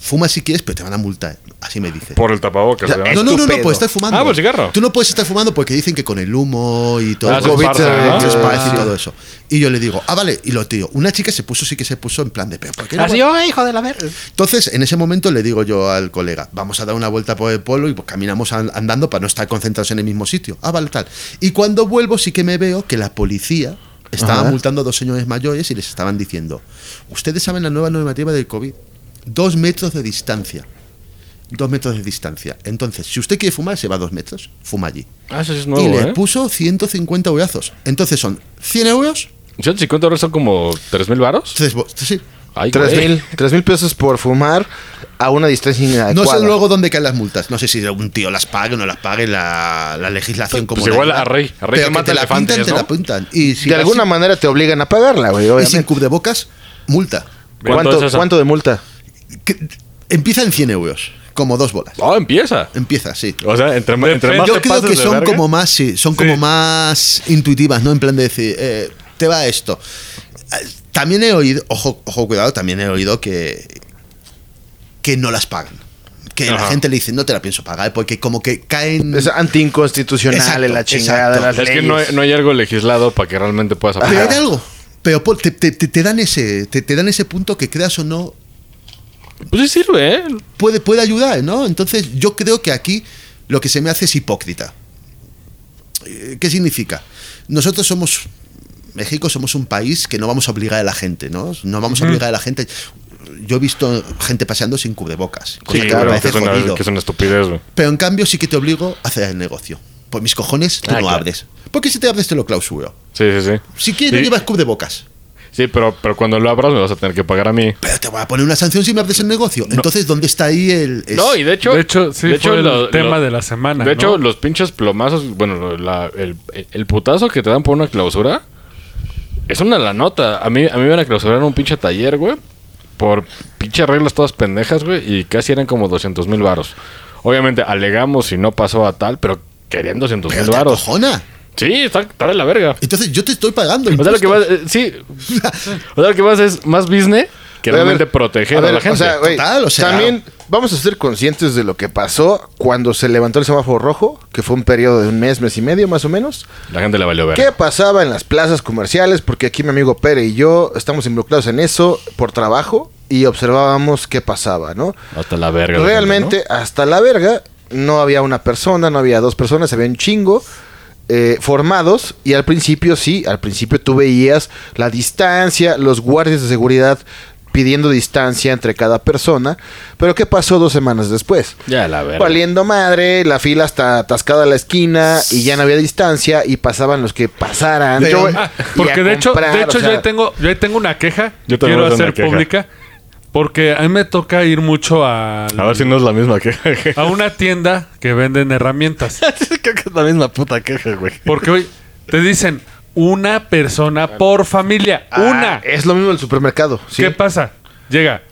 S6: fuma si quieres, pero te van a multar. Así me dice.
S5: Por el tapabocas.
S3: O sea,
S5: ¿verdad?
S6: No, no, no, no,
S3: Estupendo.
S6: puedes estar fumando.
S5: Ah, por cigarro.
S6: Tú no puedes estar fumando porque dicen que con el humo y todo.
S5: Ah,
S6: el
S5: se
S6: COVID,
S5: esparce, ¿no?
S6: se esparce y
S3: Ah.
S6: todo eso. Y yo le digo, ah, vale, y lo tío. Una chica se puso, sí que se puso en plan de, pero ¿por qué no?
S5: Así, "Oye, hijo de la verga.
S6: Entonces, en ese momento le digo yo al colega, vamos a dar una vuelta por el pueblo y pues, caminamos an- andando para no estar concentrados en el mismo sitio. Ah, vale, tal. Y cuando vuelvo sí que me veo que la policía estaba
S3: Ajá.
S6: multando a dos señores mayores y les estaban diciendo, ustedes saben la nueva normativa del COVID, dos metros de distancia. Dos metros de distancia. Entonces, si usted quiere fumar, se va a dos metros, fuma allí.
S5: Ah, eso sí es
S6: y
S5: nuevo,
S6: le
S5: ¿eh?
S6: puso 150 eurazos. Entonces son 100 euros,
S5: 150 euros son como 3 mil varos.
S6: tres bo- sí,
S5: Ay,
S3: Tres
S5: güey.
S3: mil, tres mil pesos por fumar a una distancia
S6: No
S3: inadecuada.
S6: sé luego dónde caen las multas. No sé si un tío las pague o no las pague la, la legislación como
S5: Pues igual a Rey. A Rey
S6: Pero
S5: que
S6: que
S5: mata
S6: te la
S5: elefantes,
S6: pintan, te
S5: ¿no?
S6: la pintan. Y si
S3: de
S6: vas
S3: alguna
S6: sin-
S3: manera te obligan a pagarla, güey.
S6: y sin
S3: obviamente.
S6: cubrebocas, multa.
S5: ¿Cuánto es
S3: ¿Cuánto,
S5: eso?
S3: ¿Cuánto de multa?
S6: Que- empieza en 100 euros, como dos bolas.
S5: Oh, empieza.
S6: Empieza, sí.
S5: O sea, entre, ma- entre más
S6: Yo
S5: te
S6: creo
S5: pases
S6: que
S5: de
S6: son
S5: verga-
S6: como más, sí, son como más intuitivas, ¿no? En plan de decir, eh, te va esto. Eh, También he oído, ojo, ojo, cuidado, también he oído que, que no las pagan. Que la
S5: Ajá.
S6: gente le dice, no te la pienso pagar, porque como que caen...
S3: Es antiinconstitucional
S6: Mm. Exacto,
S3: la chingada de
S6: exacto.
S3: las
S5: Es que
S3: leyes.
S5: no hay, no hay algo legislado para que realmente puedas
S6: Pero
S5: aplicar.
S6: hay algo. Pero Paul, te, te- te- te dan ese, te, te dan ese punto que creas o no,
S5: Pues sí sirve, ¿eh?
S6: puede, puede ayudar, ¿no? Entonces yo creo que aquí lo que se me hace es hipócrita. Eh, ¿Qué significa? Nosotros somos, México somos un país que no vamos a obligar a la gente, ¿no? No vamos a obligar a la gente. Yo he visto gente paseando sin cubrebocas, cosa
S5: Sí,
S6: que me
S5: claro, que
S6: parece
S5: es, una,
S6: jodido.
S5: que es una estupidez, güey.
S6: Pero en cambio sí que te obligo a hacer el negocio. Por mis cojones, tú
S5: Ah,
S6: no
S5: claro.
S6: abres. Porque si te abres te lo clausuro.
S5: Sí, sí, sí.
S6: Si quieres, no
S5: Sí.
S6: llevas cubrebocas.
S5: Sí, pero, pero cuando lo abras me vas a tener que pagar a mí.
S6: Pero te voy a poner una sanción si me abres el negocio. Entonces, ¿dónde está ahí el...? es-
S5: No, y de hecho...
S4: De hecho, sí fue el tema de la semana,
S5: De
S4: ¿no?
S5: hecho, los pinches plomazos, bueno, lo- la- el, el putazo que te dan por una clausura es una la nota. A mí, a mí me iban a clausurar un pinche taller, güey, por pinches reglas todas pendejas, güey, y casi eran como 200 mil varos. Obviamente, alegamos y no pasó a tal, pero querían 200
S6: Pero
S5: mil
S6: te
S5: varos.
S6: acojona.
S5: Sí, está, está de la verga.
S6: Entonces, yo te estoy pagando.
S5: O sea, lo que
S6: impuestos.
S5: vas, eh, sí. O sea, lo que vas es más business que
S3: Oye, a ver,
S5: realmente proteger a,
S3: ver,
S5: la gente.
S3: O sea, güey,
S6: Total, o sea-
S3: también vamos a ser conscientes de lo que pasó cuando se levantó el semáforo rojo, que fue un periodo de un mes, mes y medio más o menos.
S5: la gente le valió ver.
S3: ¿Qué pasaba en las plazas comerciales? Porque aquí mi amigo Pere y yo estamos involucrados en eso por trabajo y observábamos qué pasaba, ¿no?
S5: Hasta la verga. la
S3: Realmente,
S5: gente,
S3: hasta la verga, no había una persona, no había dos personas, había un chingo eh, formados. Y al principio, sí, al principio tú veías la distancia, los guardias de seguridad pidiendo distancia entre cada persona. Pero ¿qué pasó dos semanas después?
S5: ¿no? Ya la verga.
S3: Valiendo madre, la fila está atascada a la esquina y ya no había distancia y pasaban los que pasaran.
S6: Pero-
S3: y
S4: Ah,
S3: a
S4: porque de hecho,
S3: comprar,
S4: de hecho
S3: o sea,
S4: yo, ahí tengo, yo ahí tengo una queja
S5: Yo también
S4: que quiero
S5: voy a hacer
S4: hacer
S5: una queja.
S4: pública. Porque a mí me toca ir mucho a,
S5: A ver si no es la misma queja.
S4: a una tienda que venden herramientas.
S5: Creo que es la misma puta queja, güey.
S4: Porque hoy te dicen una persona por familia.
S3: ah,
S4: Una.
S3: Es lo mismo el supermercado. ¿sí?
S4: ¿Qué pasa? Llega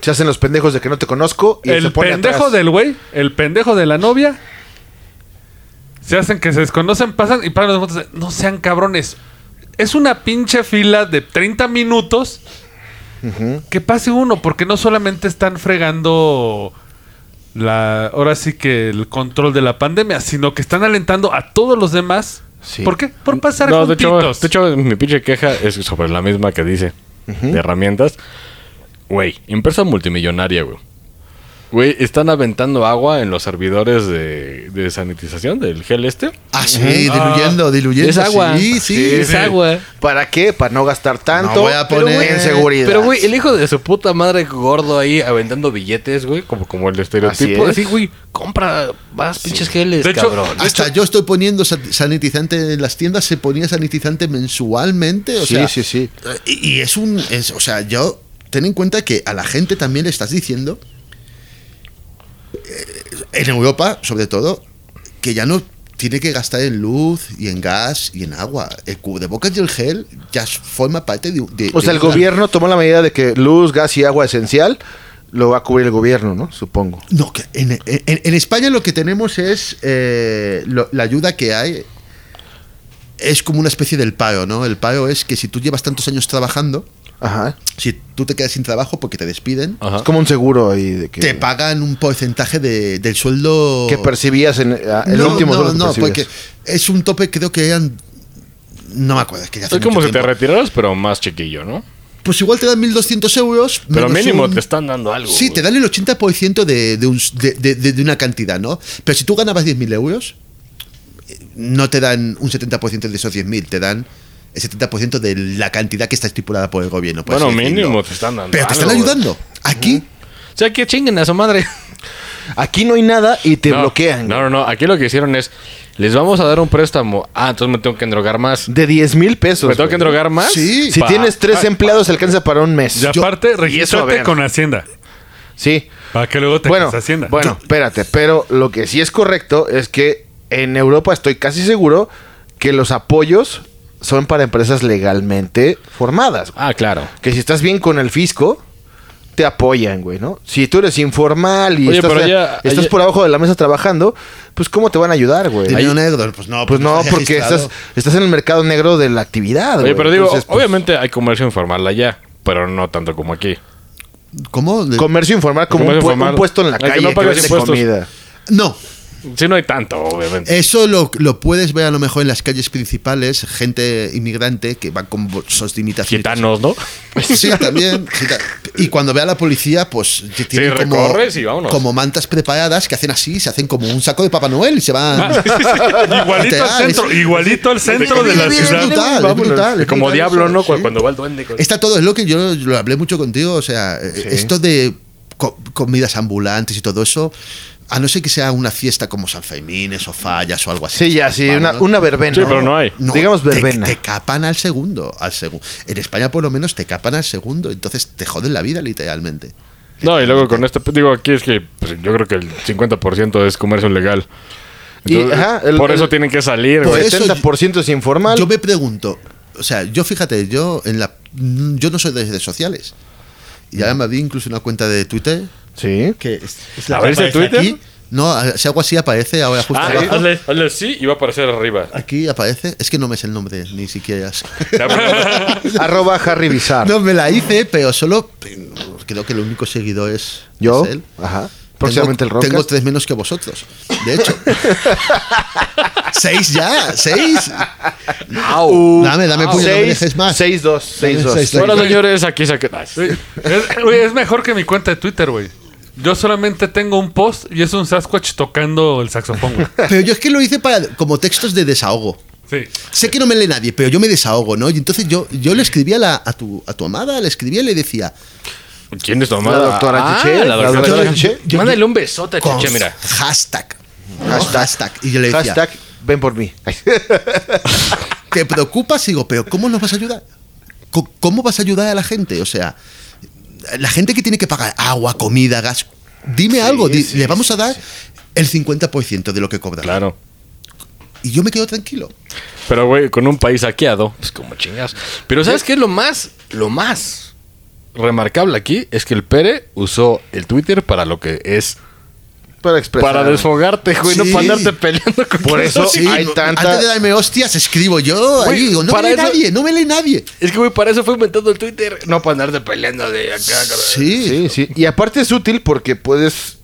S3: Se hacen los pendejos de que no te conozco y se
S4: el
S3: pone
S4: pendejo
S3: atrás.
S4: del güey, el pendejo de la novia. Se hacen que se desconocen, pasan y paran los motos. No sean cabrones. Es una pinche fila de 30 minutos. Que pase uno, porque no solamente están fregando la ahora sí que el control de la pandemia, sino que están alentando a todos los demás.
S3: Sí.
S4: ¿Por qué? Por pasar
S5: No, de hecho,
S4: juntitos.
S5: de hecho, mi pinche queja es sobre la misma que dice. De herramientas. Güey, empresa multimillonaria, güey. Güey, están aventando agua en los servidores de, de sanitización del gel este.
S6: Ah, sí, diluyendo, diluyendo.
S5: Ah. Es agua.
S6: Sí, sí.
S3: Sí, sí.
S5: agua.
S3: ¿Para qué? Para no gastar tanto
S6: No voy a
S3: pero,
S6: poner-
S3: güey, en seguridad.
S5: Pero, güey, el hijo de su puta madre gordo ahí aventando billetes, güey. Como, como el estereotipo.
S3: Así es.
S5: Así, güey, compra más pinches geles,
S4: De hecho,
S5: cabrón.
S4: de
S6: Hasta yo estoy poniendo san- sanitizante en las tiendas, se ponía sanitizante mensualmente, o
S3: Sí,
S6: sea,
S3: sí, sí.
S6: Y, y es un, es, o sea, yo, ten en cuenta que a la gente también le estás diciendo, eh, en Europa sobre todo, que ya no tiene que gastar en luz y en gas y en agua. El cubrebocas y el gel ya forma parte de... de-
S3: O sea,
S6: de
S3: el
S6: una-
S3: gobierno tomó la medida de que luz, gas y agua esencial lo va a cubrir el gobierno, ¿no? Supongo.
S6: No, que en, en- en España lo que tenemos es eh, lo- la ayuda que hay. Es como una especie del paro, ¿no? El paro es que si tú llevas tantos años trabajando,
S3: Ajá.
S6: si tú te quedas sin trabajo porque te despiden,
S5: Ajá.
S3: Es como un seguro ahí de que,
S6: te pagan un porcentaje de- del sueldo.
S3: que percibías en eh, el
S6: No,
S3: último
S6: No,
S3: sueldo que
S6: no,
S3: percibías.
S6: porque es un tope, creo que eran. No me acuerdo, es que ya hace
S5: Es como
S6: mucho
S5: si te
S6: tiempo.
S5: retiraras, pero más chiquillo, ¿no?
S6: Pues igual te dan 1.200 euros.
S5: Pero
S6: menos
S5: mínimo
S6: un-
S5: te están dando algo.
S6: Sí,
S5: güey.
S6: te dan el 80% de, de, un- de- de- de- de una cantidad, ¿no? Pero si tú ganabas 10.000 euros, eh, no te dan un 70% de esos 10.000, te dan el 70% de la cantidad que está estipulada por el gobierno. por
S5: Bueno,
S6: así decirlo.
S5: mínimo te están dando
S6: Pero te están
S5: algo, güey.
S6: ayudando. Aquí,
S5: O sea, que chinguen a su madre.
S3: Aquí no hay nada y te
S5: No,
S3: bloquean.
S5: No, no, no. Aquí lo que hicieron es, les vamos a dar un préstamo. Ah, entonces me tengo que endrogar más.
S3: De 10 mil pesos.
S5: ¿Me tengo que
S3: güey.
S5: endrogar más?
S6: Sí.
S3: Si
S5: Pa-
S3: tienes tres empleados, alcanza para un mes.
S4: Y
S3: Yo-
S4: aparte,
S3: y eso, a
S4: regístrate
S3: ver.
S4: con Hacienda.
S3: Sí.
S4: Para que luego te
S3: Bueno,
S4: des Hacienda.
S3: bueno, espérate, pero lo que sí es correcto es que en Europa estoy casi seguro que los apoyos son para empresas legalmente formadas. güey.
S5: Ah, claro.
S3: Que si estás bien con el fisco, te apoyan, güey, ¿no? Si tú eres informal y
S5: Oye,
S3: estás,
S5: pero ya-
S3: estás
S5: ya-
S3: por abajo de la mesa trabajando, pues ¿cómo te van a ayudar, güey?
S6: Dinero negro, pues no,
S3: Pues no,
S6: estás
S3: porque
S6: registrado.
S3: estás, estás en el mercado negro de la actividad,
S5: Oye,
S3: güey.
S5: pero digo,
S3: Entonces, pues,
S5: obviamente hay comercio informal allá, pero no tanto como aquí.
S6: ¿Cómo? De-
S3: Comercio informal como
S5: Comercio
S3: un, pu-
S5: informal.
S3: un puesto en la
S5: Al que
S3: calle
S5: no
S3: que
S5: pagas
S3: vende
S5: impuestos.
S3: comida.
S6: No,
S5: Sí, no hay tanto,
S3: Eh,
S5: obviamente.
S6: Eso lo, lo puedes ver a lo mejor en las calles principales, gente inmigrante que va con bolsos de imitación.
S5: Gitanos, ¿no?
S6: Sí, también. gita- Y cuando ve a la policía, pues que tienen como,
S5: recorres y vámonos.
S6: como mantas preparadas que hacen así, se hacen como un saco de Papá Noel y se van.
S5: Ah,
S4: igualito al
S6: Literal,
S4: centro,
S6: es-
S4: igualito al centro de la
S6: Mira, mira,
S4: ciudad.
S6: brutal, es
S5: Vámonos.
S6: brutal, es
S5: como
S6: brutal
S5: diablo,
S6: eso,
S5: ¿no? Cu-
S6: sí.
S5: Cuando va el duende.
S3: Pues
S5: con-
S6: Esta todo es lo que yo lo hablé mucho contigo, o sea, eh, esto de co- comidas ambulantes y todo eso, a no ser que sea una fiesta como San Fermines o Fallas o algo así.
S3: Sí, ya, sí, una,
S6: Vámonos.
S3: una verbena.
S5: Sí, pero no hay.
S6: No,
S3: Digamos
S6: te-
S3: verbena.
S6: Te, capan al segundo, al segundo. En España por lo menos te capan al segundo, entonces te joden la vida literalmente.
S5: No, y luego con este, digo, aquí es que pues, yo creo que el 50% es comercio legal.
S3: Y,
S5: Entonces,
S3: ajá, el-
S5: por eso
S3: el-
S5: tienen que salir,
S6: Por
S5: güey.
S6: eso
S3: 70% es informal.
S6: Yo me pregunto, o sea, yo fíjate, yo en la yo no soy de redes sociales. Y ahora me abrí incluso una cuenta de Twitter
S3: Sí.
S6: que es, es
S5: ¿A
S6: que
S5: ver ese
S6: aparece
S5: Twitter?
S6: No, a- si algo así aparece ahora justo
S5: Ah,
S6: abajo.
S5: hazle, hazle sí y va a aparecer arriba.
S6: Aquí aparece, es que no me es el nombre, ni siquiera.
S3: Arroba Harry Bizarro.
S6: No me la hice, pero solo creo que el único seguidor es,
S3: Yo.
S6: es él.
S3: Ajá. Próximamente el
S6: tengo, Tengo
S3: Roncast.
S6: tres menos que vosotros. De hecho. seis ya, seis. Dame, dame puño, no me dejes más.
S3: 6-2. 6-2.
S6: seis,
S5: Bueno, señores, aquí saqué. Ay, sí.
S4: Es, güey, es mejor que mi cuenta de Twitter, güey. Yo solamente tengo un post y es un Sasquatch tocando el saxofón, güey.
S6: Pero yo es que lo hice para, como textos de desahogo.
S4: Sí.
S6: Sé que no me lee nadie, pero yo me desahogo, ¿no? Y entonces yo, yo le escribía a, la- a tu, a tu amada, le escribía y le decía,
S5: ¿Quién es tu Ah,
S3: La doctora Chuché,
S5: La
S3: la
S5: doctora,
S3: doctora
S5: Chuché.
S3: Chuché.
S5: Mándale un besote a
S6: con
S5: Chuché, mira.
S6: hashtag, ¿no? hashtag. Y yo le decía,
S3: Hashtag ven por mí. Ay,
S6: ¿te preocupas? Y digo, ¿pero cómo nos vas a ayudar? Co- ¿Cómo vas a ayudar a la gente? O sea, la gente que tiene que pagar agua, comida, gas, dime algo, di- le vamos a dar el 50% de lo que cobra.
S5: Claro.
S6: Y yo me quedo tranquilo.
S5: Pero, güey, con un país saqueado, pues como chingas. Pero, ¿sabes qué es lo más, lo más remarcable aquí? Es que el Pere usó el Twitter para lo que es.
S3: Para expresar.
S5: Para desfogarte, güey, no
S6: Sí.
S5: para andarte peleando con
S3: Por eso
S5: todos.
S3: Sí, hay
S6: no-
S3: tanta-
S6: Antes de darme hostias, escribo yo.
S5: Güey,
S6: ahí digo, no me
S5: para
S6: lee
S5: eso-
S6: nadie, no me lee nadie.
S5: Es que, güey, para eso fue inventado el Twitter. No para andarte peleando de acá. cabrón.
S6: Sí.
S3: Sí, sí. Y aparte es útil porque puedes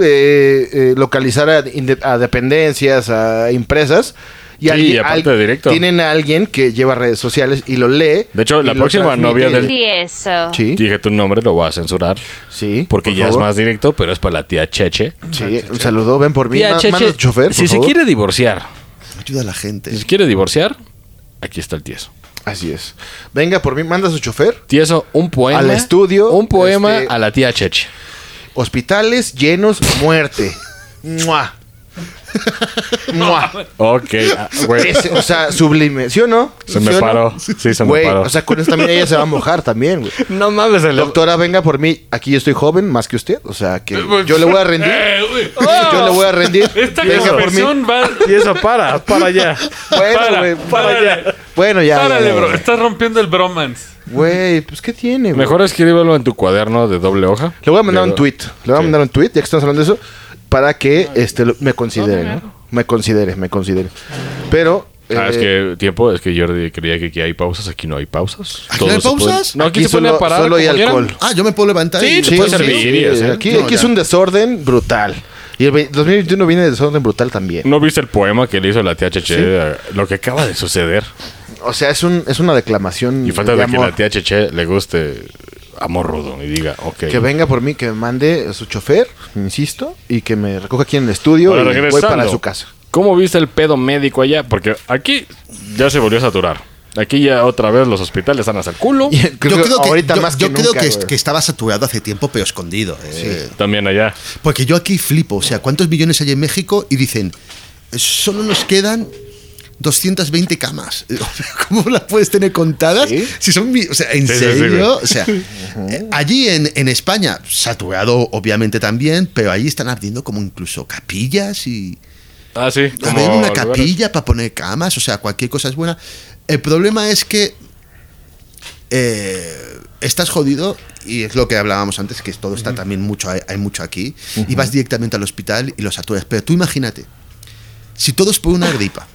S3: eh, eh, localizar a, inde- a dependencias, a empresas. Y
S5: Sí,
S3: alguien-
S5: y aparte directo.
S3: Tienen a alguien que lleva redes sociales y lo lee.
S5: De hecho,
S3: y
S5: la
S3: lo
S5: próxima
S3: transmite.
S5: novia del-
S7: Sí, eso.
S3: Sí,
S5: Dije tu nombre, lo voy a censurar.
S3: sí.
S5: Porque
S3: por
S5: ya
S3: favor.
S5: es más Ah, directo, pero es para la tía Cheche.
S3: Sí, un saludo, ven por mí.
S5: Tía
S3: Ma-
S5: Cheche,
S3: manda al chofer, por
S5: si
S3: favor.
S5: se quiere divorciar,
S6: Ayuda a la gente.
S5: si se quiere divorciar, aquí está el tieso.
S3: Así es. Venga por mí, manda a su chofer.
S5: Tieso, un poema.
S3: Al estudio,
S5: Un poema
S3: este-
S5: a la tía Cheche.
S3: Hospitales llenos, muerte. Mua. Mua.
S5: Ok, güey.
S3: Ese, o sea, sublime, ¿sí o no?
S5: Se me
S3: ¿Sí o no?
S5: paró. Sí, se me
S3: Güey,
S5: paró.
S3: o sea, con eso también ella se va a mojar también, güey.
S5: No mames, el
S3: Doctora, venga por mí. Aquí yo estoy joven, más que usted. O sea, que yo le voy a rendir.
S4: Eh, güey.
S5: Oh.
S3: Yo le voy a rendir.
S4: Esta
S3: Venga por mí.
S4: conversión va.
S5: Tieso, para, para allá.
S3: Bueno,
S4: Para,
S3: güey.
S4: párale.
S3: Bueno, ya. ya,
S4: Párale,
S3: ya,
S4: bro.
S3: ya.
S4: Estás rompiendo el bromance.
S3: Güey, pues ¿qué tiene, güey?
S5: Mejor escríbelo en tu cuaderno de doble hoja.
S3: Le voy a mandar
S5: Digo,
S3: un tweet. Le voy a
S5: sí.
S3: mandar un tweet, ya que estamos hablando de eso, para que este, lo- me considere, ¿no? Me considere, me considere. Pero.
S5: Ah, es
S3: eh,
S5: que tiempo, es que Jordi creía que aquí hay pausas, aquí no hay pausas.
S6: ¿Aquí no hay
S5: Todos se
S6: pausas?
S5: pueden- No, aquí,
S3: Aquí
S5: se pone
S3: solo-
S5: a parar.
S3: solo hay
S5: como quieran.
S3: alcohol.
S6: Ah, yo me puedo levantar
S5: Sí,
S6: y...
S5: te puedes servir. o sea,
S3: aquí
S6: no,
S3: aquí es
S6: ya.
S3: un desorden brutal. Y el ve- 2021 viene de desorden brutal también.
S5: ¿No viste el poema que le hizo la tía Cheche? Eh, Lo que acaba de suceder.
S3: O sea, es, un, es una declamación.
S5: Y falta de que
S3: amor.
S5: la tía Cheche le guste amor rudo y diga, ok.
S3: Que venga por mí, que me mande a su chofer, insisto, y que me recoja aquí en el estudio
S5: Ahora,
S3: y voy
S5: regresando,
S3: para su casa.
S5: ¿Cómo viste el pedo médico allá? Porque aquí ya se volvió a saturar. Aquí ya otra vez los hospitales están hasta el culo.
S3: Creo
S6: yo creo que,
S3: ahorita
S6: yo-
S3: más que
S6: yo creo
S3: nunca,
S6: que-
S3: güey.
S6: que estaba saturado hace tiempo, pero escondido. eh.
S5: También allá.
S6: Porque yo aquí flipo, o sea, ¿cuántos millones hay en México? Y dicen, solo nos quedan 220 camas. ¿Cómo las puedes tener contadas? Si son, mi- o sea, ¿en
S5: Sí, sí, sí,
S6: serio? o sea, eh, allí en, en España, saturado obviamente también, pero ahí están abriendo como incluso capillas y...
S5: Ah, sí.
S6: A
S5: como
S6: ver, una
S5: lugares.
S6: capilla para poner camas, o sea, cualquier cosa es buena. El problema es que eh, estás jodido y es lo que hablábamos antes, que todo está también mucho, hay, hay mucho aquí, y vas directamente al hospital y los saturas. Pero tú imagínate, si todos por una gripa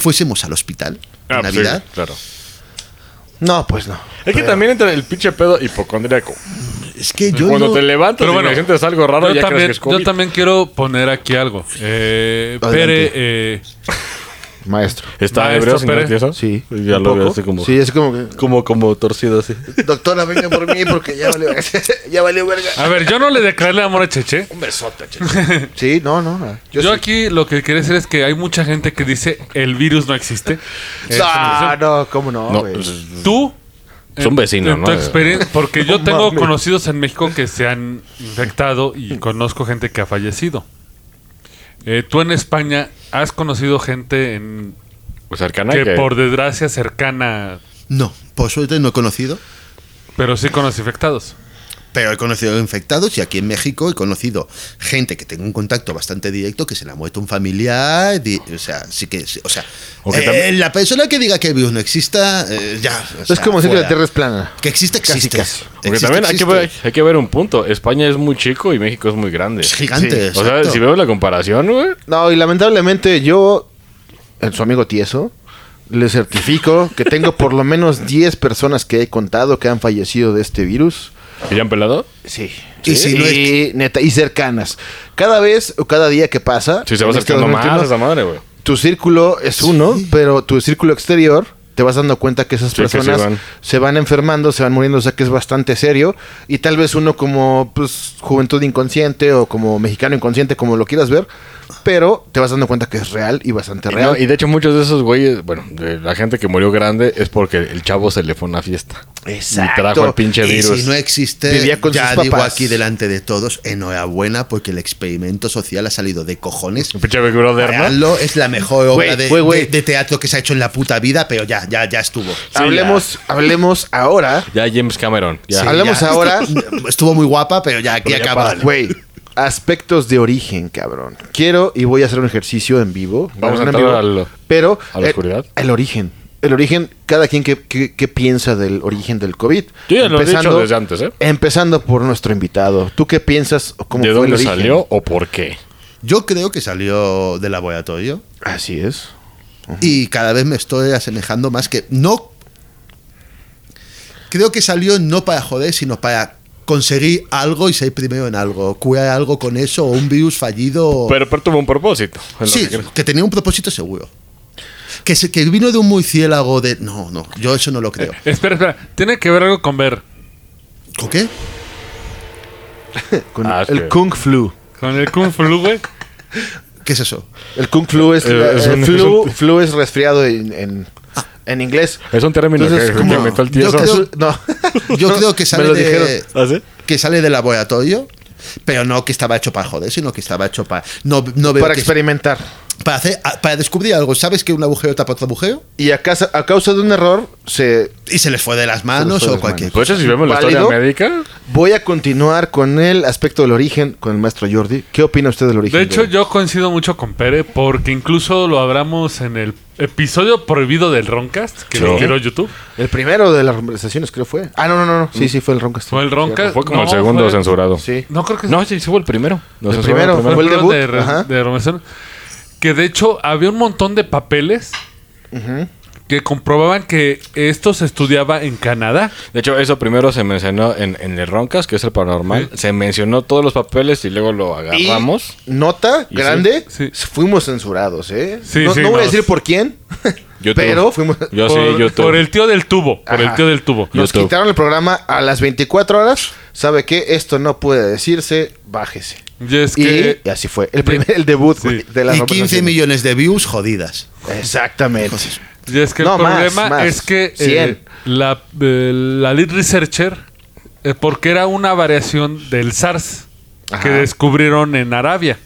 S6: fuésemos al hospital en
S5: Ah, pues sí,
S6: Navidad,
S5: claro.
S3: No, pues no.
S5: Es que también entra el pinche pedo hipocondríaco.
S6: es que yo
S5: Pues Cuando
S6: no-
S5: te levantas
S4: Pero
S5: y
S4: bueno,
S5: la gente es algo raro,
S4: yo,
S5: ya crees
S4: también,
S5: que es COVID.
S4: yo también quiero poner aquí algo. Eh,
S6: Adelante.
S4: Pere, eh,
S3: Maestro.
S5: ¿Está
S4: Maestro
S5: hebreo, señor
S4: Pérez.
S5: Tieso?
S3: Sí.
S5: Ya lo
S3: un poco.
S5: veo así como...
S3: Sí, es como que.
S5: Como, como torcido así.
S3: Doctora, venga por mí porque ya valió, ya valió verga.
S4: a ver, yo no le declaré amor a Cheche.
S5: Un besote,
S3: Sí, no, no.
S4: Yo,
S3: sí.
S4: aquí lo que quería decir es que hay mucha gente que dice el virus no existe. Es una
S3: Ah,
S4: ilusión.
S3: no, cómo no, pues,
S5: No, pues,
S3: güey.
S4: Tú.
S5: Son
S4: en-
S5: vecinos,
S4: en
S5: ¿no?
S4: tu experien- porque yo
S3: No
S4: tengo
S3: mames.
S4: conocidos en México que se han infectado y conozco gente que ha fallecido. Eh, tú en España has conocido gente en-
S5: pues cercana
S4: que
S5: que...
S4: por desgracia cercana,
S6: No, por suerte no he conocido,
S4: pero sí con los infectados.
S6: pero he conocido infectados y aquí en México he conocido gente que tengo un contacto bastante directo que se le ha muerto un familiar, di- o sea, sí que, sí, o sea,
S5: O que
S6: eh,
S5: también-
S6: la persona que diga que el virus no exista, eh, ya, o
S3: es
S6: sea,
S3: como decir que la
S6: fuera.
S3: Tierra es plana.
S6: que existe,
S3: Casi,
S6: existe.
S3: casi.
S5: Porque
S6: Existe,
S5: también hay que,
S6: existe.
S5: ver, hay que ver un punto. España es muy chico y México es muy grande.
S6: es gigante.
S5: O sea,
S6: exacto.
S5: si vemos la comparación, güey.
S3: No, y lamentablemente yo, eh, su amigo tieso, le certifico que tengo por lo menos 10 personas que he contado que han fallecido de este virus.
S5: ¿Y ya han pelado?
S3: Sí.
S6: Y si no es-
S3: y neta, y cercanas. Cada vez o cada día que pasa,
S5: Sí, se va
S3: en este
S5: acercando más
S3: 2021,
S5: esa madre, güey.
S3: tu círculo es uno, pero tu círculo exterior te vas dando cuenta que esas
S5: Sí, que se
S3: personas
S5: van.
S3: se van enfermando, se van muriendo, o sea que es bastante serio. Y tal vez uno como pues, juventud inconsciente o como mexicano inconsciente, como lo quieras ver, pero te vas dando cuenta que es real y bastante
S5: Y
S3: real.
S5: no, y de hecho muchos de esos güeyes, bueno, de la gente que murió grande es porque el chavo se le fue a una fiesta.
S3: Exacto.
S5: Y trajo el pinche
S6: Y
S5: virus.
S6: si no existe,
S3: Vivía con
S6: ya
S3: sus
S6: digo
S3: papás.
S6: aquí delante de todos, enhorabuena porque el experimento social ha salido de cojones.
S5: Un pinche Big Brother, ¿no?
S6: Hazlo, es la mejor obra
S3: Güey,
S6: de,
S3: güey, güey.
S6: de- de teatro que se ha hecho en la puta vida, pero ya, ya, ya estuvo.
S3: hablemos, hablemos ahora.
S5: Ya James Cameron. Ya.
S3: Sí. Hablemos ahora.
S6: Estuvo muy guapa, pero ya aquí
S5: Pero ya
S6: acaba.
S5: párale.
S3: Güey, aspectos de origen, cabrón. Quiero y voy a hacer un ejercicio en vivo.
S5: Vamos a
S3: en
S5: entrar
S3: vivo,
S5: al-
S3: pero
S5: a la
S3: el-
S5: oscuridad.
S3: El origen. El origen, cada quien que, que- que piensa del origen del COVID.
S5: Yo ya lo he dicho desde antes, ¿eh?
S3: Empezando por nuestro invitado. ¿Tú qué piensas? o ¿Cómo
S5: ¿De
S3: fue el
S5: dónde
S3: origen?
S5: salió o por qué?
S6: Yo creo que salió del laboratorio
S3: Así es.
S6: y cada vez me estoy asemejando más que no. Creo que salió no para joder, sino para conseguir algo y ser primero en algo, curar algo con eso o un virus fallido. o-
S5: Pero, pero tuvo un propósito. es lo
S6: sí,
S5: que creo.
S6: que tenía un propósito seguro. Que, se, que vino de un murciélago de... No, no, yo eso no lo creo.
S5: Eh.
S4: Espera, espera, tiene que ver algo con ver.
S6: ¿Con qué?
S3: Con
S5: Ah, es
S3: el
S5: que-
S3: Kung Flu.
S4: Con el Kung Flu, güey.
S6: ¿Qué es eso?
S3: El Kung Flu es,
S5: Eh, es
S3: eh,
S5: un-
S3: flu,
S5: es un-
S3: flu es resfriado en, en, en inglés.
S5: Es un término
S3: Entonces,
S5: que,
S3: ¿cómo?
S5: que inventó el
S6: Yo
S5: tieso.
S6: creo-
S3: Resu- No.
S6: Yo creo que
S3: Me
S6: sale
S3: lo
S6: de...
S3: dijeron.
S5: ¿Ah, sí?
S6: Que sale del laboratorio, pero no que estaba hecho para joder, sino que estaba hecho para... No, no veo
S3: Para
S6: que-
S3: experimentar.
S6: para, hacer, ah, para descubrir algo. ¿Sabes que un agujero tapa otro agujero?
S3: Y a, casa- a causa de un error, se
S6: Y se les fue de las manos
S3: fue de
S6: o
S3: las
S6: cualquier
S5: Pues eso, si vemos la
S3: ¿Válido?
S5: historia médica,
S3: Voy a continuar con el aspecto del origen con el maestro Jordi. ¿Qué opina usted del origen?
S4: De hecho,
S3: del-
S4: yo coincido mucho con Pere, porque incluso lo hablamos en el episodio prohibido del Roncast, que
S5: Sí.
S4: lo tiró YouTube.
S3: El primero de las conversaciones creo fue. Ah, no, no, no. no. Sí, sí, fue el Roncast.
S4: Mm. Fue el Roncast.
S5: fue como
S4: No,
S5: el segundo
S4: fue-
S5: censurado.
S3: Sí.
S4: No creo que
S5: No, sí, sí fue el primero. Nos
S3: El
S5: censuraron
S3: primero,
S4: fue el
S3: debut,
S4: de, Re-
S3: ajá.
S4: de Romero. Que de hecho había un montón de papeles que comprobaban que esto se estudiaba en Canadá.
S5: De hecho, eso primero se mencionó en, en el Roncas, que es el paranormal. Se mencionó todos los papeles y luego lo
S3: Y
S5: agarramos.
S3: nota
S5: Y
S3: grande,
S4: sí,
S3: fuimos censurados, ¿eh?
S4: Sí,
S3: no
S4: sí,
S3: no voy a
S4: nos-
S3: decir por quién,
S5: YouTube.
S3: pero fuimos...
S5: Yo
S4: por,
S5: Ah, sí, YouTube.
S4: por el tío del tubo. Por el
S3: Ajá.
S4: tío del tubo.
S5: Yo-
S3: Nos
S5: YouTube.
S3: quitaron el programa a las 24 horas. ¿Sabe qué? Esto no puede decirse, bájese.
S4: Y es
S3: y,
S4: que.
S3: y así fue. El primer, el debut
S4: Sí.
S3: güey, de las
S6: Y 15
S3: conversaciones.
S6: millones de views jodidas.
S3: Exactamente.
S4: Y es que
S3: No,
S4: el
S3: más,
S4: problema
S3: más.
S4: es que
S3: Cien.
S4: eh, la, eh, la lead researcher, eh, porque era una variación del SARS que
S3: Ajá.
S4: descubrieron en Arabia.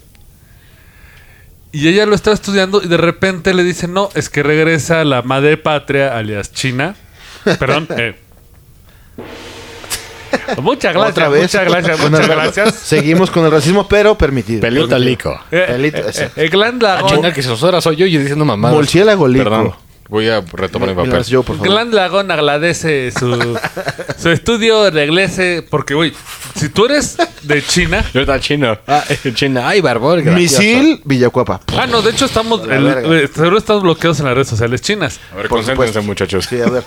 S4: Y ella lo estaba estudiando y de repente le dicen, no, es que regresa la madre patria, alias China. Perdón. eh. Muchas gracias,
S3: Otra vez.
S4: muchas gracias,
S3: Con
S4: muchas
S3: el-
S4: gracias.
S3: Seguimos con el racismo, pero permitido.
S5: Pelota
S3: Permitido.
S5: lico.
S4: Eh,
S3: Pelito,
S4: eh,
S3: ese.
S4: eh,
S5: Ah,
S4: Glándula
S5: chinga, que se los soy yo y diciendo mamadas.
S3: Murciélago lico.
S5: Perdón. Voy a retomar mi
S3: Me
S5: papel.
S3: las yo, por favor.
S4: Glenn Lagón agradece su, su estudio de inglés porque, güey, si tú eres de China...
S5: Yo estaba chino. Ah, chino. Ay, barbón. gracioso.
S3: Misil, Villacuapa.
S4: Ah, no, de hecho estamos...
S3: La
S4: el-
S3: verga.
S4: eh, seguro estamos bloqueados en las redes sociales chinas.
S5: A ver,
S3: Por
S5: concéntrense,
S3: supuesto.
S5: muchachos.
S3: Sí, a ver.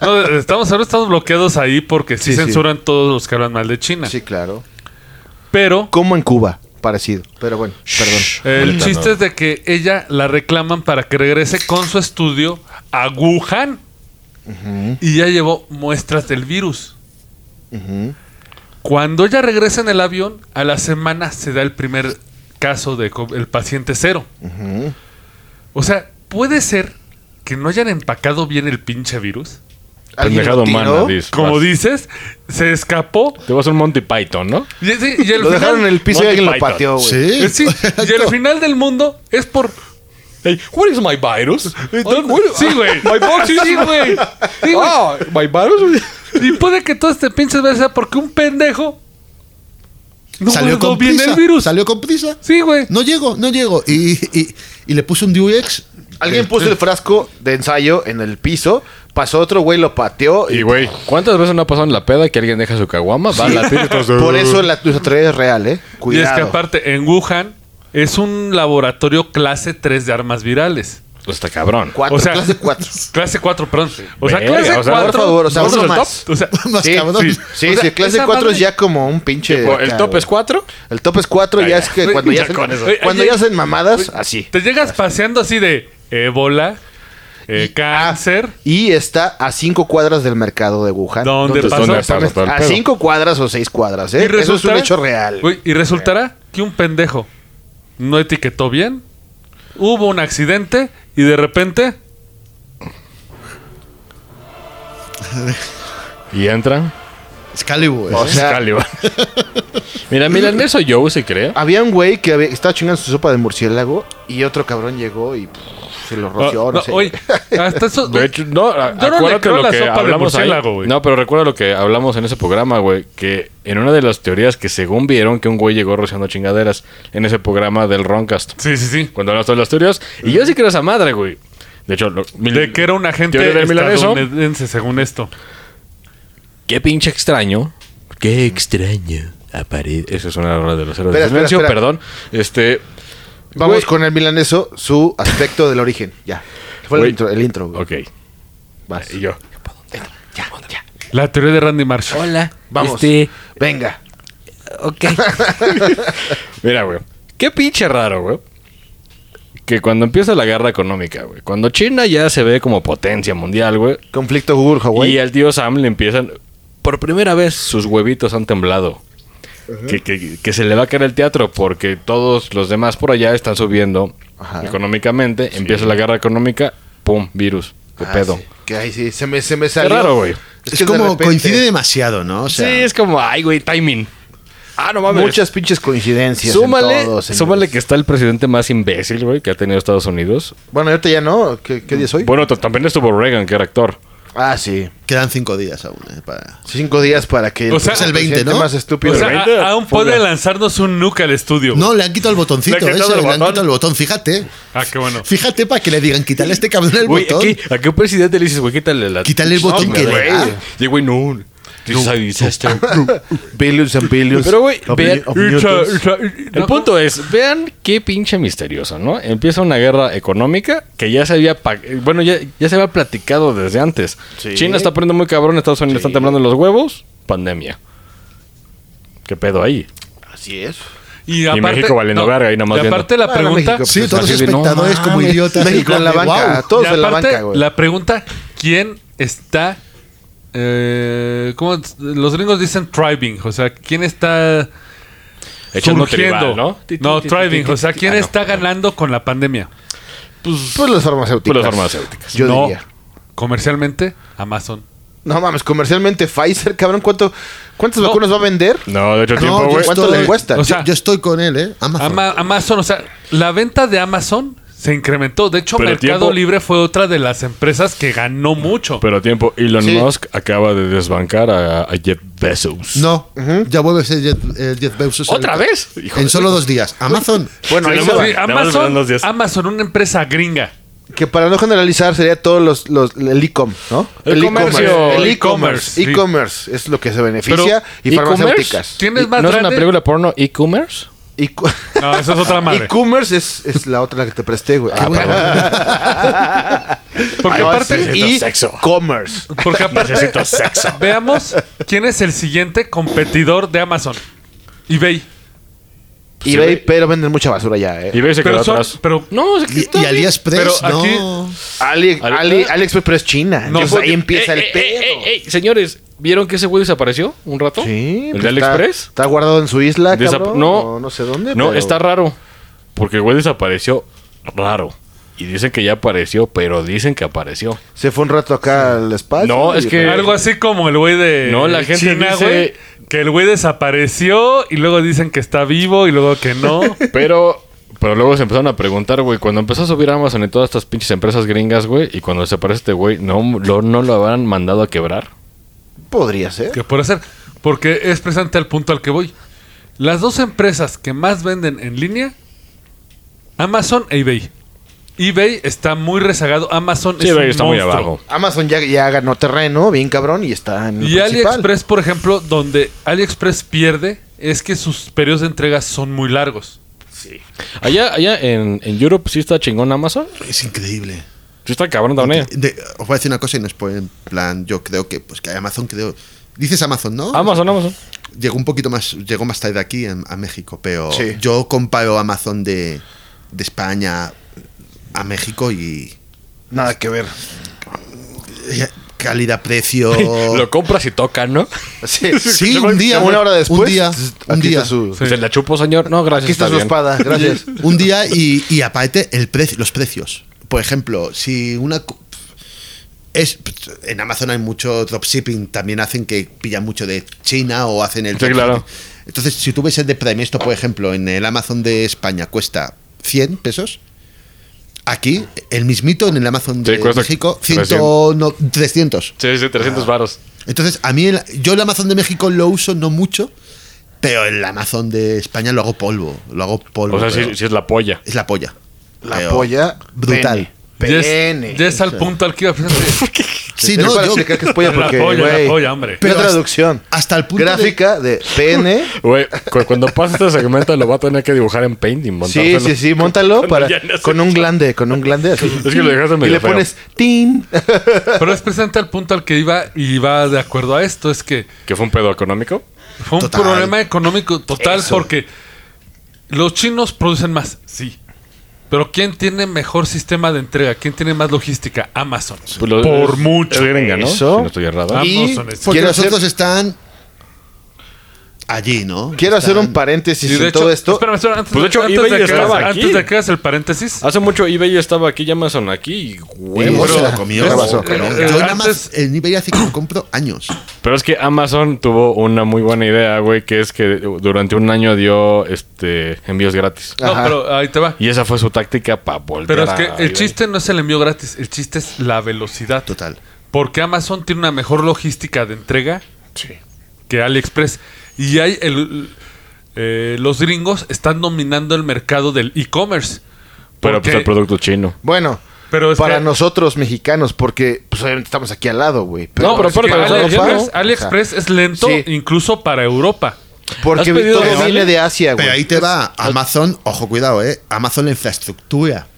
S4: No, eh, estamos, seguro estamos bloqueados ahí porque sí,
S3: Sí, sí.
S4: censuran todos los que hablan mal de China.
S3: Sí, claro.
S4: Pero
S3: Como en Cuba, parecido. Pero bueno, perdón.
S4: el
S5: Ahorita
S4: chiste
S5: no.
S4: es de que ella la reclaman para que regrese con su estudio a Wuhan. Y ya llevó muestras del virus.
S3: Ujú.
S4: Cuando ella regresa en el avión, a la semana se da el primer caso del el paciente cero. O sea, puede ser que no hayan empacado bien el pinche virus.
S3: ¿Alguien
S5: Pendejado
S3: lo tiró?
S5: humana, dices.
S4: Como
S5: Vas.
S4: dices, se escapó.
S5: Te vas a un Monty Python, ¿no?
S4: Y, sí, y el
S3: Lo dejaron en
S4: final, eh,
S3: el piso y
S5: Monty
S3: alguien lo
S5: Python.
S3: pateó, Ah, güey.
S6: Sí.
S4: Sí, y el final del mundo es por...
S5: Hey, what is my virus?
S4: Sí, güey.
S5: My box is-
S4: Sí, güey. Oh. Sí, güey.
S5: Ah, my virus.
S4: Y puede que todo este pinche vez sea porque un pendejo no
S6: salió
S4: guardó
S6: con
S4: bien
S6: prisa.
S4: el virus.
S6: Salió con prisa.
S4: Sí, güey.
S6: No llego, no llego. Y, y- y le puse un Duex. Eh,
S3: Alguien puso el frasco de ensayo en el piso, pasó otro güey, lo pateó
S5: Y
S3: y
S5: güey, ¿cuántas veces no ha pasado en la peda que alguien deja su caguama? Va a latir y todos-
S3: por eso la tu teoría es real, ¿eh? Cuidado.
S4: Y es que aparte, en Wuhan es un laboratorio clase 3 de armas virales.
S5: Pues está cabrón.
S3: Cuatro,
S4: o sea-
S3: clase cuatro.
S4: Clase 4, perdón. O sea,
S5: Verga,
S4: clase
S5: o sea,
S4: 4.
S3: Por favor, o sea,
S5: ¿Vamos
S3: uno
S5: al
S3: más.
S4: o sea,
S6: Más
S3: Sí,
S6: cabrón.
S4: sí.
S3: Sí,
S4: O sea,
S3: sí, clase
S4: esa
S3: 4 es
S4: madre-
S3: ya como un pinche...
S5: O- ¿El
S3: acá,
S5: top
S3: güey.
S5: es 4?
S3: El top es 4 ya, es que cuando ya,
S5: Ya con eso.
S3: hacen, cuando
S4: Oye,
S3: ya hacen mamadas, así.
S4: te llegas paseando así de ébola,
S3: ah,
S4: eh, cáncer.
S3: Y está a 5 cuadras del mercado de Wuhan.
S4: ¿Dónde
S5: ¿dónde
S4: pasó?
S5: pasó? Todo el
S3: A
S5: pedo.
S3: 5 cuadras o 6 cuadras, ¿eh? Eso es un
S4: resultará-
S3: hecho real.
S4: Güey, y resultará que un pendejo no etiquetó bien, hubo un accidente y de repente
S5: Y entran.
S6: Excalibur.
S3: O
S6: ¿eh?
S3: sea,
S5: Excalibur. Mira, mira, en eso Joe se cree.
S3: Había un güey que había- estaba chingando su sopa de murciélago y otro cabrón llegó y pff, se lo roció, no,
S4: ah, No, no,
S3: sé.
S4: oye, hasta eso
S5: De hecho, no, a-
S4: Yo no le
S5: acuérdate
S4: creo
S5: lo
S4: la
S5: que
S4: sopa de
S5: hablamos ahí.
S4: murciélago, güey.
S5: No, pero recuerda lo que hablamos en ese programa, güey, que en una de las teorías que según vieron que un güey llegó rociando chingaderas en ese programa del Roncast.
S4: Sí, sí, sí.
S5: Cuando hablamos de las teorías, y yo sí creo esa madre, güey. De hecho, lo- mil-
S4: De que era un agente
S5: teoría del milaneso.
S4: estadounidense, según esto.
S5: Qué pinche extraño. Qué extraño. Apare Esa es una hora de los héroes
S3: Espera,
S5: del
S3: espera,
S5: silencio,
S3: espera.
S5: perdón. Este,
S3: Vamos
S5: güey.
S3: con el milaneso, su aspecto del origen. Ya. Fue el
S5: Güey.
S3: intro, el intro, güey.
S5: ok.
S3: Vas.
S5: Y yo.
S4: La teoría de Randy Marshall.
S7: Hola.
S3: Vamos.
S7: Este,
S3: Venga.
S7: ok.
S5: Mira, güey. Qué pinche raro, güey. Que cuando empieza la guerra económica, güey. Cuando China ya se ve como potencia mundial, güey.
S3: Conflicto Google
S5: Y
S3: Hawái.
S5: al tío Sam le empiezan. Por primera vez sus huevitos han temblado. Que, que- que se le va a caer el teatro porque todos los demás por allá están subiendo
S3: Ajá.
S5: económicamente. Empieza la guerra económica. ¡Pum! Virus. ¡Qué
S3: Ah,
S5: pedo!
S3: sí. Que ahí sí, se me, se me
S5: Qué
S3: salió.
S5: raro, güey.
S6: es,
S3: que de
S6: como
S3: repente,
S6: coincide demasiado, ¿no? O sea,
S5: sí, es como, ay, güey, timing. Ah, no mames.
S3: Muchas pinches coincidencias. en
S5: Súmale,
S3: todo, señores.
S5: súmale que está el presidente más imbécil, güey, que ha tenido Estados Unidos.
S3: Bueno, ahorita ya no. ¿Qué, qué día es hoy?
S5: Bueno, t- también estuvo Reagan, que era actor.
S3: Ah, sí.
S6: quedan cinco días aún. ¿eh? Para...
S3: Cinco días para que
S4: O sea,
S6: es el 20,
S3: presidente
S6: ¿no?
S3: más estúpido.
S4: O sea,
S5: Obviamente,
S4: a- aún puede lanzarnos un nuke al estudio.
S6: No, le han quitado el botoncito,
S5: Le han quitado
S6: ese,
S5: el
S6: le han
S5: botón.
S6: quitado el botón, fíjate.
S4: Ah, qué bueno.
S6: Fíjate para que le digan, quítale a este cabrón el
S5: Güey, ¿a
S6: botón.
S5: qué, a qué presidente le dices, güey, quítale la...
S6: Quítale el botón que
S5: güey.
S6: le da.
S5: Y, güey, no. This is a disaster.
S3: billions and billions.
S5: Pero, güey,
S3: of
S5: vean-
S3: new- of newtons.
S5: El punto es, vean qué pinche misterioso, ¿no? Empieza una guerra económica que ya se había... pa- eh, Bueno, ya, ya se había platicado desde antes.
S3: Sí.
S5: China está poniendo muy cabrón, Estados Unidos están temblando los huevos. Pandemia. ¿Qué pedo ahí?
S3: Así es.
S4: Y,
S5: México valiendo verga, ahí nomás
S4: y aparte la
S3: Bueno,
S4: pregunta...
S3: México,
S6: Sí,
S3: pues,
S6: todos los
S5: así de, no
S6: espectadores como
S5: mames.
S6: idiotas.
S3: México en la
S6: Guau.
S3: banca.
S4: y
S3: Todos en la
S4: aparte,
S3: banca, güey.
S4: la pregunta, ¿quién está... eh, ¿cómo es? Los gringos dicen thriving, o sea, ¿quién está
S5: Echando
S4: surgiendo?
S5: tribal, ¿no?
S4: No, thriving, o sea, ¿quién está ganando con la pandemia?
S5: Pues,
S3: Pues las farmacéuticas.
S5: Pues las farmacéuticas.
S3: Yo
S4: no.
S3: diría.
S4: Comercialmente, Amazon.
S3: No mames, comercialmente Pfizer, cabrón, ¿cuánto, ¿cuántas
S4: No.
S3: vacunas va a vender?
S5: no, de hecho,
S6: No,
S5: tiempo,
S6: yo
S5: güey.
S6: estoy-
S3: ¿Cuánto le cuesta?
S4: O sea,
S6: yo, yo estoy con él, ¿eh? Amazon.
S4: Ama- Amazon, o sea, la venta de Amazon se incrementó. De hecho,
S5: Pero el
S4: Mercado
S5: tiempo-
S4: Libre fue otra de las empresas que ganó mucho.
S5: Pero tiempo, Elon
S3: Sí.
S5: Musk acaba de desbancar a, a Jeff Bezos.
S6: no, ya vuelve a ser Jeff, eh, Jeff Bezos.
S5: ¿Otra
S6: ahorita.
S5: vez? Hijo
S6: en
S5: de-
S6: solo dos días. Amazon.
S3: bueno,
S5: Sí,
S3: ahí
S5: lo
S3: se
S5: hemos
S3: va.
S4: Sí,
S5: Nada más
S4: Amazon,
S5: verán los días.
S4: Amazon, una empresa gringa.
S3: Que para no generalizar sería todos los, los- el e-com, ¿no?
S5: El
S3: e-commerce.
S5: comercio.
S3: El
S4: El
S3: e-commerce.
S4: e-commerce, sí.
S3: E-commerce es lo que se beneficia y
S5: ¿e-commerce?
S3: farmacéuticas.
S4: Tienes más
S5: ¿No es
S4: grande?
S5: una película porno e-commerce?
S3: Y cu-
S4: No, eso es otra madre.
S3: E-commerce es, es la otra la que te presté, güey. Ah,
S4: Porque
S3: no,
S4: aparte,
S3: sí.
S5: Necesito
S3: y
S5: sexo.
S3: commerce.
S4: porque aparte
S5: Necesito sexo.
S4: veamos quién es el siguiente competidor de Amazon. eBay.
S5: Sí,
S3: eBay,
S5: güey.
S3: pero venden mucha basura ya, eh.
S5: Y ve se quedó
S4: Pero, son-
S5: atrás.
S4: pero
S5: No, es que
S6: Y,
S5: está
S6: y
S5: bien.
S6: AliExpress,
S4: Pero aquí-
S6: no.
S3: Ali,
S5: Ali-
S3: Ali- AliExpress, pero es China.
S4: No,
S3: Entonces,
S4: porque-
S3: ahí empieza el
S5: Ey,
S3: pedo.
S5: ey, ey, ey, señores, ¿vieron que ese güey desapareció un rato?
S3: Sí,
S5: ¿El
S3: pues
S5: de
S3: está-
S5: AliExpress?
S3: Está, guardado en su isla,
S5: Desap-
S3: cabrón.
S5: no.
S3: o no sé dónde.
S5: No,
S3: pero-
S5: está raro. Porque el güey desapareció raro. Y dicen que ya apareció, pero dicen que apareció.
S3: Se fue un rato acá al espacio.
S5: No,
S3: y-
S5: es que- Eh,
S4: algo así como el güey de
S5: no, la gente
S4: China,
S5: dice-
S4: güey, que el güey desapareció y luego dicen que está vivo y luego que no.
S5: Pero, pero luego se empezaron a preguntar, güey, cuando empezó a subir Amazon y todas estas pinches empresas gringas, güey, y cuando desaparece este güey, ¿no lo, no lo habrán mandado a quebrar?
S3: Podría ser.
S4: que por hacer, porque es presente al punto al que voy. Las dos empresas que más venden en línea, Amazon e eBay. eBay está muy rezagado, Amazon
S5: Sí,
S4: es
S5: güey,
S4: un
S5: está muy
S4: monstruo.
S5: abajo.
S3: Amazon ya, ya ganó terreno, bien cabrón, y está en el
S4: Y
S3: principal.
S4: AliExpress, por ejemplo, donde AliExpress pierde es que sus periodos de entrega son muy largos.
S5: Allá, allá en, en Europe sí está chingón Amazon.
S6: Es increíble.
S5: Sí está cabrón también. eh.
S6: De- os voy a decir una cosa y no es por- en plan, yo creo que pues que Amazon creo. Dices Amazon, ¿no?
S5: Amazon, Amazon.
S6: Llegó un poquito más, llegó más tarde aquí en- a México, pero
S3: Sí.
S6: yo comparo Amazon de, de España a México y
S3: Nada que ver.
S6: calidad, precio.
S5: Lo compras y toca, ¿no?
S3: Sí,
S6: Oh. sí, un día.
S3: Una hora después.
S6: Un día.
S3: tss,
S6: Un
S3: aquí
S6: día.
S3: Está su,
S5: Se la chupo, señor. No, gracias.
S3: aquí está
S5: está
S3: su
S5: bien.
S3: espada, gracias.
S6: Un día y, y aparte el precio, los precios. Por ejemplo, si una co- es en Amazon hay mucho dropshipping, también hacen que pillan mucho de China o hacen el
S5: Sí, claro.
S6: Entonces, si tú ves el de Prime, esto por ejemplo, en el Amazon de España cuesta 100 pesos. Aquí, el mismito en el Amazon de
S5: Sí, cuesta
S6: México,
S5: 300.
S6: 100, no, 300.
S5: Sí, sí, 300 varos.
S6: Entonces, a mí, el- yo el Amazon de México lo uso no mucho, pero el Amazon de España lo hago polvo. Lo hago polvo.
S5: O sea,
S6: pero-
S5: sí, sí es la polla.
S6: es la polla.
S3: La
S6: Pero
S3: polla.
S6: Brutal.
S4: Ya es-
S3: Pene.
S4: ya es al punto al que iba presente.
S6: Sí,
S3: Es
S6: no,
S3: para
S6: yo-
S3: explicar que es polla
S4: La
S3: porque,
S4: polla, la
S3: güey,
S4: polla, hombre.
S3: Pero
S6: Pero hasta-
S3: traducción.
S6: hasta el punto
S3: Gráfica de, pene.
S5: Güey, cu- cuando pase este segmento lo va a tener que dibujar en Paint y
S3: Sí,
S5: montárselo.
S3: sí, sí, montalo para,
S5: ya no se-
S3: con un glande, con un glande así.
S5: Es que lo dejaste
S3: y
S5: medio
S3: le
S5: feo.
S3: pones tin.
S4: Pero es presente al punto al que iba y va de acuerdo a esto. Es que
S5: ¿Que fue un pedo económico?
S4: Fue un
S6: Total.
S4: problema económico total porque los chinos producen más, sí. Pero ¿quién tiene mejor sistema de entrega? ¿Quién tiene más logística? Amazon.
S5: Pues lo-
S4: Por
S5: es-
S4: mucho.
S5: Es gringa, ¿no?
S3: Eso.
S5: Si no estoy errado.
S4: Ah,
S3: Y
S4: Amazon es-
S6: Porque
S3: quiero
S6: los
S3: hacer,
S6: otros están allí, ¿no?
S3: quiero hacer un
S6: Están-
S3: paréntesis
S4: Y de
S3: en
S4: hecho-
S3: todo esto.
S4: espérame, espérame, antes,
S5: Pues, de hecho,
S4: antes
S5: eBay
S4: de que
S5: estaba
S4: hagas,
S5: aquí.
S4: antes de que hagas el paréntesis.
S5: Hace mucho eBay estaba aquí y Amazon aquí. y
S6: Y
S5: huevo.
S6: se
S5: pero,
S6: la comió.
S3: ¿qué pasó?
S6: Cabrón.
S4: Eh,
S6: Yo nada
S4: antes-
S6: más el nivel hace que lo compro años.
S5: es que Amazon tuvo una muy buena idea, güey, que es que durante un año dio este envíos gratis.
S4: No,
S3: Ajá.
S4: pero ahí te va.
S5: Y esa fue su táctica para volver
S4: Pero es
S5: a
S4: que
S5: eBay.
S4: el chiste no es el envío gratis, el chiste es la velocidad.
S6: Total.
S4: Porque Amazon tiene una mejor logística de entrega que AliExpress. Y hay el, eh, los gringos están dominando el mercado del e-commerce.
S5: Pero pues
S4: Porque-
S5: el producto chino.
S3: Bueno,
S4: Pero es
S3: para
S4: que-
S3: nosotros mexicanos, porque pues obviamente estamos aquí al lado, güey. Pero,
S5: No, pero
S4: es que
S5: aparte, pero
S4: AliExpress,
S5: Europa, ¿no?
S4: AliExpress es lento
S3: Sí.
S4: incluso para Europa.
S3: porque
S5: ¿Has pedido
S3: todo
S5: de
S3: viene
S5: Bali?
S3: de Asia,
S6: Pero ahí
S3: güey.
S6: te va Amazon, ojo, cuidado, ¿eh? Amazon la infraestructura.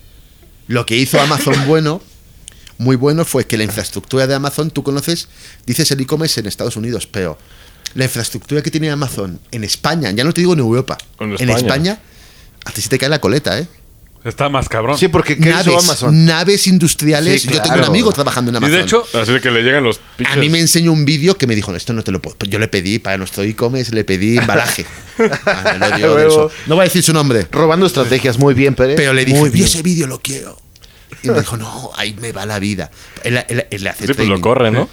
S6: Lo que hizo Amazon bueno, muy bueno, fue que la infraestructura de Amazon, tú conoces, dices el e-commerce en Estados Unidos, pero la infraestructura que tiene Amazon en España, ya no te digo en Europa,
S5: En
S6: en
S5: España.
S6: España, a ti se te cae la coleta, ¿eh?
S4: Está más cabrón.
S3: Sí, porque ¿qué hizo
S6: Naves,
S3: Amazon?
S6: naves industriales.
S3: Sí,
S6: Yo tengo un
S3: claro.
S6: amigo trabajando en
S4: y
S6: Amazon.
S4: de hecho,
S5: Así de que le llegan los
S6: a
S5: pinches-
S6: mí me enseñó un vídeo que me dijo, "No, esto no te lo puedo. Yo le pedí para nuestro e-commerce, le pedí embalaje. Ah, me lo dio de
S3: Huevo.
S6: eso. no voy a decir su nombre.
S3: Robando estrategias, muy bien, Pérez.
S6: Pero le dije,
S3: muy
S6: "Vi
S3: bien.
S6: ese vídeo lo quiero. Y me dijo, no, ahí me va la vida. Él, él- él hace
S5: Sí, pues lo
S6: training.
S5: corre, ¿no?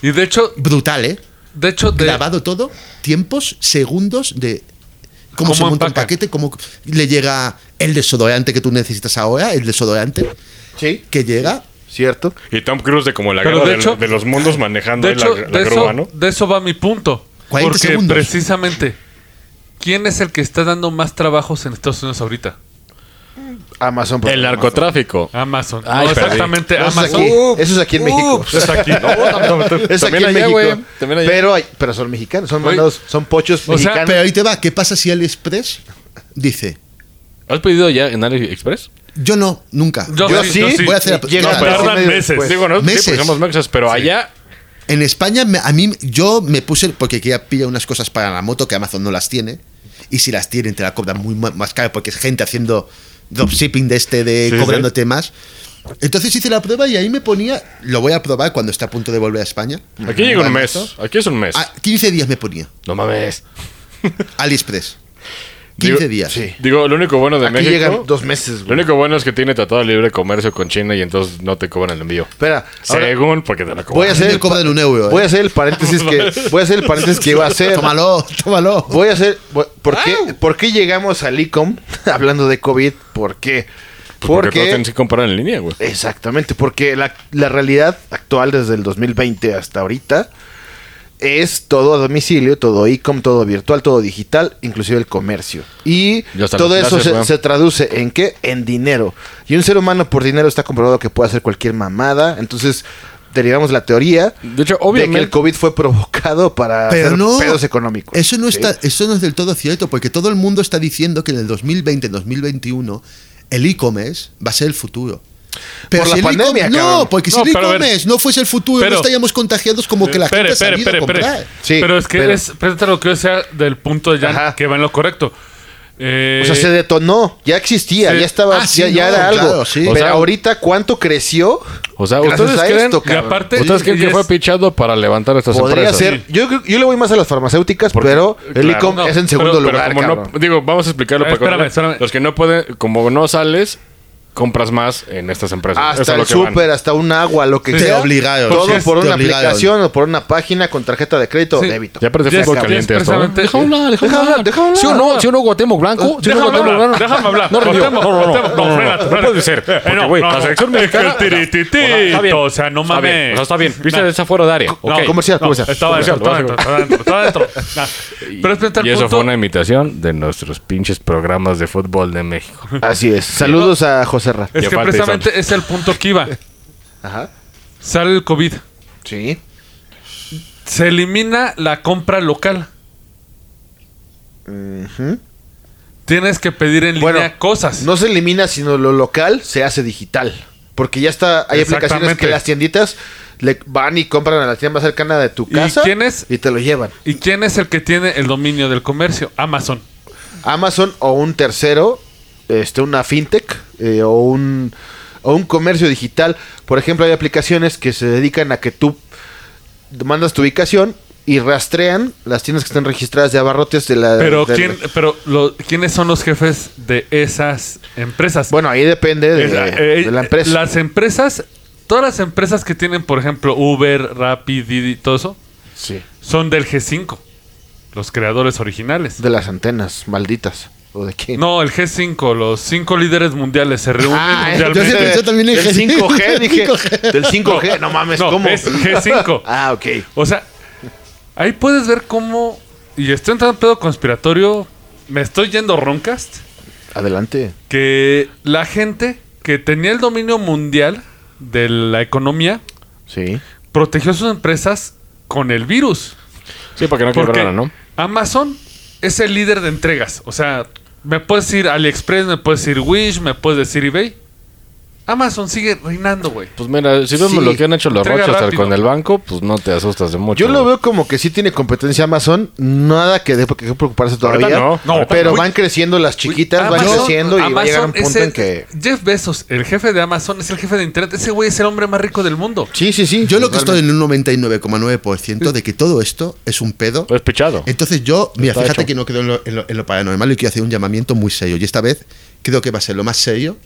S4: Y de hecho,
S6: Brutal, ¿eh?
S4: de hecho, de-
S6: grabado todo, tiempos, segundos de cómo,
S4: ¿Cómo
S6: se monta un
S4: empacan?
S6: paquete, cómo le llega el desodorante que tú necesitas ahora, el desodorante
S3: Sí.
S6: que llega.
S3: ¿Cierto?
S5: Y Tom Cruise de como la
S4: Pero
S5: guerra
S4: de
S5: del-
S4: hecho-
S5: de los mundos manejando
S4: de,
S5: ahí la,
S4: hecho
S5: la
S4: de,
S5: grúa,
S4: eso,
S5: ¿no?
S4: de eso va mi punto.
S6: 40
S4: Porque
S6: segundos.
S4: precisamente, ¿quién es el que está dando más trabajos en Estados Unidos ahorita?
S3: Amazon. por
S5: El
S3: Amazon.
S5: narcotráfico.
S4: Amazon.
S5: Ay,
S4: no,
S5: perdí.
S4: exactamente,
S3: Eso es
S4: Amazon.
S5: Uh,
S3: aquí. Eso es aquí
S4: uh,
S3: en México.
S5: Ups, es aquí. No, no, no,
S3: Es aquí
S5: también
S3: en
S5: allá,
S3: México.
S5: güey, también allá.
S3: Pero, hay- pero son mexicanos, son
S4: Güey.
S3: mandados, son pochos
S4: O sea,
S3: mexicanos.
S6: Pero ahí te va, ¿qué pasa si AliExpress dice,
S5: ¿Has pedido ya en AliExpress?
S6: yo no, nunca?
S3: yo
S4: sí,
S3: sí,
S4: yo sí.
S6: voy a hacer
S3: y llega
S6: No, pero
S3: casi
S4: tardan
S3: medio
S4: meses,
S3: después.
S5: Digo, no, sí,
S6: meses.
S5: porque somos mexas, pero allá
S6: En España, me- a mí, yo me puse, porque quería pillar unas cosas para la moto que Amazon no las tiene. Y si las tienen, te la cobran muy ma- más caro porque es gente haciendo dropshipping de este, de
S5: Sí,
S6: cobrándote más. Entonces hice la prueba y ahí me ponía, lo voy a probar cuando esté a punto de volver a España.
S5: Aquí llega un
S6: Vale,
S5: mes. Aquí es un mes.
S3: Ah,
S6: A 15 días me ponía,
S5: No mames.
S6: AliExpress. 15
S5: Digo,
S6: días.
S3: sí.
S5: Digo, lo único bueno de
S3: Aquí
S5: México.
S3: llegan dos meses,
S5: Lo
S3: güey.
S5: único bueno es que tiene tratado de libre comercio con China y entonces no te cobran el envío.
S3: Espera, ahora
S5: Según, porque te la cobran.
S3: voy a hacer
S6: Me cobran un euro, eh.
S3: Voy a hacer el paréntesis que voy a hacer el paréntesis que iba a hacer.
S6: Tómalo, tómalo.
S3: Voy a hacer voy- ¿por qué, ¿por qué llegamos al ICOM hablando de COVID? ¿Por qué?
S5: Pues Porque, todos tienes que comprar en línea, güey.
S3: Exactamente, porque la, la realidad actual desde el 2020 hasta ahorita es todo a domicilio, todo e-com, todo virtual, todo digital, inclusive el comercio. Y
S5: Ya está,
S3: todo
S5: las
S3: eso
S5: clases,
S3: se,
S5: weón.
S3: se traduce en qué? En dinero. Y un ser humano por dinero está comprobado que puede hacer cualquier mamada. Entonces derivamos la teoría
S5: De hecho,
S3: de que el
S5: obviamente.
S3: COVID fue provocado para
S6: Pero
S3: hacer
S6: no,
S3: pedos económicos.
S6: Eso no,
S3: ¿sí?
S6: está, eso no es del todo cierto, porque todo el mundo está diciendo que en el 2020, 2021, el e-commerce va a ser el futuro.
S3: Por la
S6: si el e-com-
S3: pandemia, cabrón.
S6: No, porque si
S4: No,
S6: el
S4: pero a ver.
S6: e-commerce no fuese el futuro,
S4: Pero-
S6: no estaríamos contagiados como que la
S4: Espere,
S6: gente
S4: espere,
S6: se ha ido
S4: espere,
S6: a
S4: espere.
S6: comprar.
S3: Sí,
S4: pero es que
S3: pero-
S4: es, espérate lo que yo sea del punto de Jan,
S3: Ajá.
S4: que va en lo correcto. Eh,
S3: O sea, se detonó, ya existía,
S4: Sí.
S3: ya estaba,
S6: Ah, sí,
S3: ya, ya
S6: no,
S3: era algo.
S6: claro, sí.
S3: Pero
S5: O sea,
S3: ahorita, ¿cuánto creció?
S5: O sea,
S3: Gracias
S5: ¿ustedes
S3: a
S5: creen-
S3: esto,
S4: y
S3: cabrón?
S4: aparte,
S5: ¿Ustedes creen
S4: y
S5: que
S4: es-
S5: fue pichado para levantar estas
S3: Podría
S5: empresas?
S3: ser. Yo, creo- yo le voy más a las farmacéuticas,
S5: Porque-
S3: pero el
S5: claro,
S3: ICOM
S4: no,
S3: es en segundo
S4: pero-
S5: Pero
S3: lugar.
S5: como
S3: cabrón.
S5: no, digo, vamos a explicarlo
S4: Eh,
S5: para que-
S4: espérame, espérame.
S5: los que no pueden, como no sales, compras más en estas empresas. Eso
S3: hasta
S5: es
S3: el
S5: lo que van.
S3: súper, hasta un agua, lo que
S4: Sí.
S6: Te
S3: sea.
S6: obligaron.
S3: Todo
S6: sí,
S3: por
S6: te
S3: una
S6: obligaron.
S3: aplicación o por una página con tarjeta de crédito
S4: Sí.
S3: o débito.
S5: Ya parece
S4: Ya
S5: fútbol
S4: es- ya es
S5: caliente esto. ¿no?
S4: precisamente-
S5: Deja hablar, deja
S3: Deja hablar,
S5: hablar.
S3: deja hablar.
S5: Si uno, si uno Guatemoc blanco, si uno
S4: Déjame
S5: Guatemoc
S4: hablar,
S5: blanco.
S4: déjame hablar.
S5: No, Rodrigo,
S4: Guatemoc,
S5: no, no, no,
S4: Guatemoc,
S5: no,
S4: no,
S5: no,
S4: espérate,
S5: no
S4: espérate.
S5: puede ser.
S4: Eh,
S5: Porque,
S4: no,
S5: güey,
S4: no,
S5: la
S4: no.
S5: selección
S4: Es que
S5: mexicana-
S4: el tirititito,
S5: Ajá, está bien.
S4: o sea, no
S5: Está
S4: mames.
S5: bien, o sea, está bien. Viste,
S4: No.
S5: está fuera de área.
S4: No,
S5: Ok.
S4: no,
S3: Comercial, comercial.
S4: Estaba dentro, estaba dentro, estaba dentro, estaba dentro. Nah. Pero es
S5: Y
S4: el
S5: eso fue
S4: punto.
S5: una imitación de nuestros pinches programas de fútbol de México.
S3: Así es. Saludos a José Ra.
S4: Es
S5: Y
S4: que
S5: aparte son-
S4: precisamente es el punto que iba.
S3: Ajá.
S4: Sale el COVID.
S3: Sí.
S4: Se elimina la compra local.
S3: Ujú.
S4: Tienes que pedir en
S3: Bueno,
S4: línea cosas.
S3: No se elimina, sino lo local se hace digital. Porque ya está, hay aplicaciones
S4: Exactamente.
S3: que las tienditas le van y compran a la tienda más cercana de tu
S4: ¿Y
S3: casa
S4: quién es?
S3: y te lo llevan.
S4: ¿Y quién es el que tiene el dominio del comercio? Amazon.
S3: Eh, Amazon o un tercero, este, una fintech eh, o un o un comercio digital. Por ejemplo, hay aplicaciones que se dedican a que tú mandas tu ubicación y rastrean las tiendas que están registradas de abarrotes de la.
S4: Pero,
S3: de-
S4: ¿quién, pero lo- ¿quiénes son los jefes de esas empresas?
S3: Bueno, ahí depende de,
S4: Es- eh,
S3: de la empresa.
S4: Las empresas, todas las empresas que tienen, por ejemplo, Uber, Rapid, Didi, todo eso,
S3: Sí.
S4: son del G5, los creadores originales.
S3: De las antenas malditas o de quién.
S4: No, el G5, los cinco líderes mundiales se reúnen
S3: Ah,
S4: mundialmente.
S6: eh, yo siempre- pensé también en
S3: del
S6: G-
S3: 5G, dije, del 5G, no, mames,
S4: No,
S3: ¿cómo?
S4: es G5.
S3: Ah, ok.
S4: O sea, ahí puedes ver cómo. Y estoy entrando en pedo conspiratorio. Me estoy yendo Roncast.
S3: Adelante.
S4: Que la gente que tenía el dominio mundial de la economía
S3: Sí.
S4: protegió sus empresas con el virus.
S5: Sí, para que no
S4: Porque
S5: quebraran, Ah, ¿no?
S4: Amazon es el líder de entregas. O sea, me puedes decir AliExpress, me puedes decir Wish, me puedes decir eBay. Amazon sigue reinando, güey.
S5: Pues mira, si vemos
S3: Sí.
S5: lo que han hecho los
S4: Entrega
S5: Rochester
S4: rápido.
S5: con el banco, pues no te asustas de mucho.
S3: Yo lo
S5: güey.
S3: veo como que sí tiene competencia Amazon, nada que de que preocuparse
S5: Ahorita
S3: todavía.
S5: no,
S4: no,
S3: pero
S4: ahorita-
S3: van creciendo las chiquitas, van
S4: Ah, Amazon-
S3: creciendo y va a llegar un
S4: Amazon es
S3: punto
S4: el-
S3: en que
S4: Jeff Bezos, el jefe de Amazon, es el jefe de Internet. Ese güey es el hombre más rico del mundo.
S3: Sí, sí, sí.
S6: Yo lo que estoy
S3: totalmente.
S6: en un 99,9% de que todo esto es un pedo.
S3: Pues,
S5: Es pichado.
S6: Entonces yo, mira,
S5: Está
S6: fíjate
S5: hecho.
S6: que no creo en lo, en lo- en lo paranormal y quiero hacer un llamamiento muy serio. Y esta vez creo que va a ser lo más serio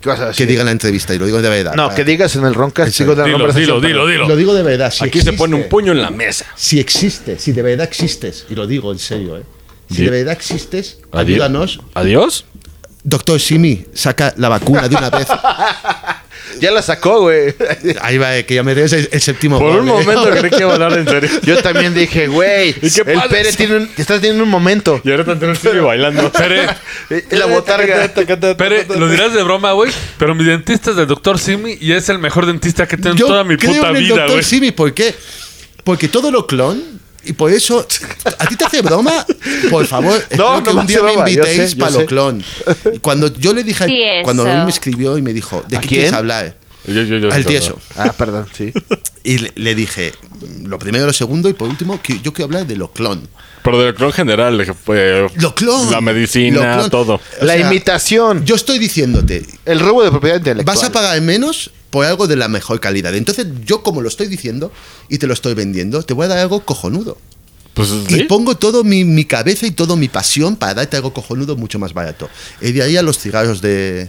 S3: ¿Qué vas a decir?
S6: Que diga en la entrevista y lo digo de verdad.
S3: Pues No,
S6: para-
S3: que digas en el Roncast. sigo de la
S4: Dilo,
S3: conversación,
S4: dilo,
S3: pero-
S4: dilo.
S7: Lo digo de verdad. Si
S5: Aquí se pone un
S7: existe-
S5: puño en la mesa.
S7: Si existe, si de verdad existes, y lo digo en serio, ¿eh? Si
S5: Sí.
S7: de verdad existes,
S5: Adiós.
S7: ayúdanos.
S5: Adiós.
S6: Doctor Simi, saca la vacuna de una vez.
S3: Ya la sacó, güey.
S6: Ahí va, eh, que ya me dio el, el séptimo.
S5: Por un
S6: gol, eh.
S5: momento creí que iba a hablar en serio.
S3: Yo también dije, güey,
S5: ¿Y qué
S3: el
S5: pasa?
S3: Pérez tiene un, estás teniendo un momento.
S5: Y ahora te estoy bailando.
S4: Pere,
S3: Eh, La botarga.
S4: Pere, lo dirás de broma, güey, pero mi dentista es del doctor Simi y es el mejor dentista que he tenido en
S6: Yo
S4: toda mi
S6: creo
S4: puta
S6: en el
S4: vida,
S6: Dr.
S4: güey.
S6: Simi, ¿por qué? Porque todo lo clon y por eso a ti te hace broma, por favor, espero que
S3: no me
S6: un día
S3: hace
S6: me
S3: broma, yo sé,
S6: invitéis
S3: yo
S6: para
S3: sé.
S6: lo clon. Y Cuando yo le dije, al-
S8: Tieso.
S6: cuando él me escribió y me dijo, ¿de
S3: ¿A
S6: qué
S3: quién?
S6: quieres hablar?
S5: Yo, yo, yo,
S6: Al
S5: yo-
S6: tieso.
S3: Ah, perdón, sí.
S6: Y le, le dije, lo primero, lo segundo y por último, que yo quiero hablar de lo clon.
S5: Pero del clon general. de que fue-
S6: Lo clon.
S5: La
S6: Lo
S5: medicina,
S6: clon.
S5: todo.
S6: O
S3: La
S6: sea,
S3: imitación.
S6: Yo estoy diciéndote,
S3: El robo de propiedad intelectual.
S6: vas a pagar menos por algo de la mejor calidad. Entonces, yo como lo estoy diciendo y te lo estoy vendiendo, te voy a dar algo cojonudo.
S5: Pues
S6: Y
S5: sí.
S6: pongo todo mi, mi cabeza y toda mi pasión para darte algo cojonudo mucho más barato. Y de ahí a los cigarros de...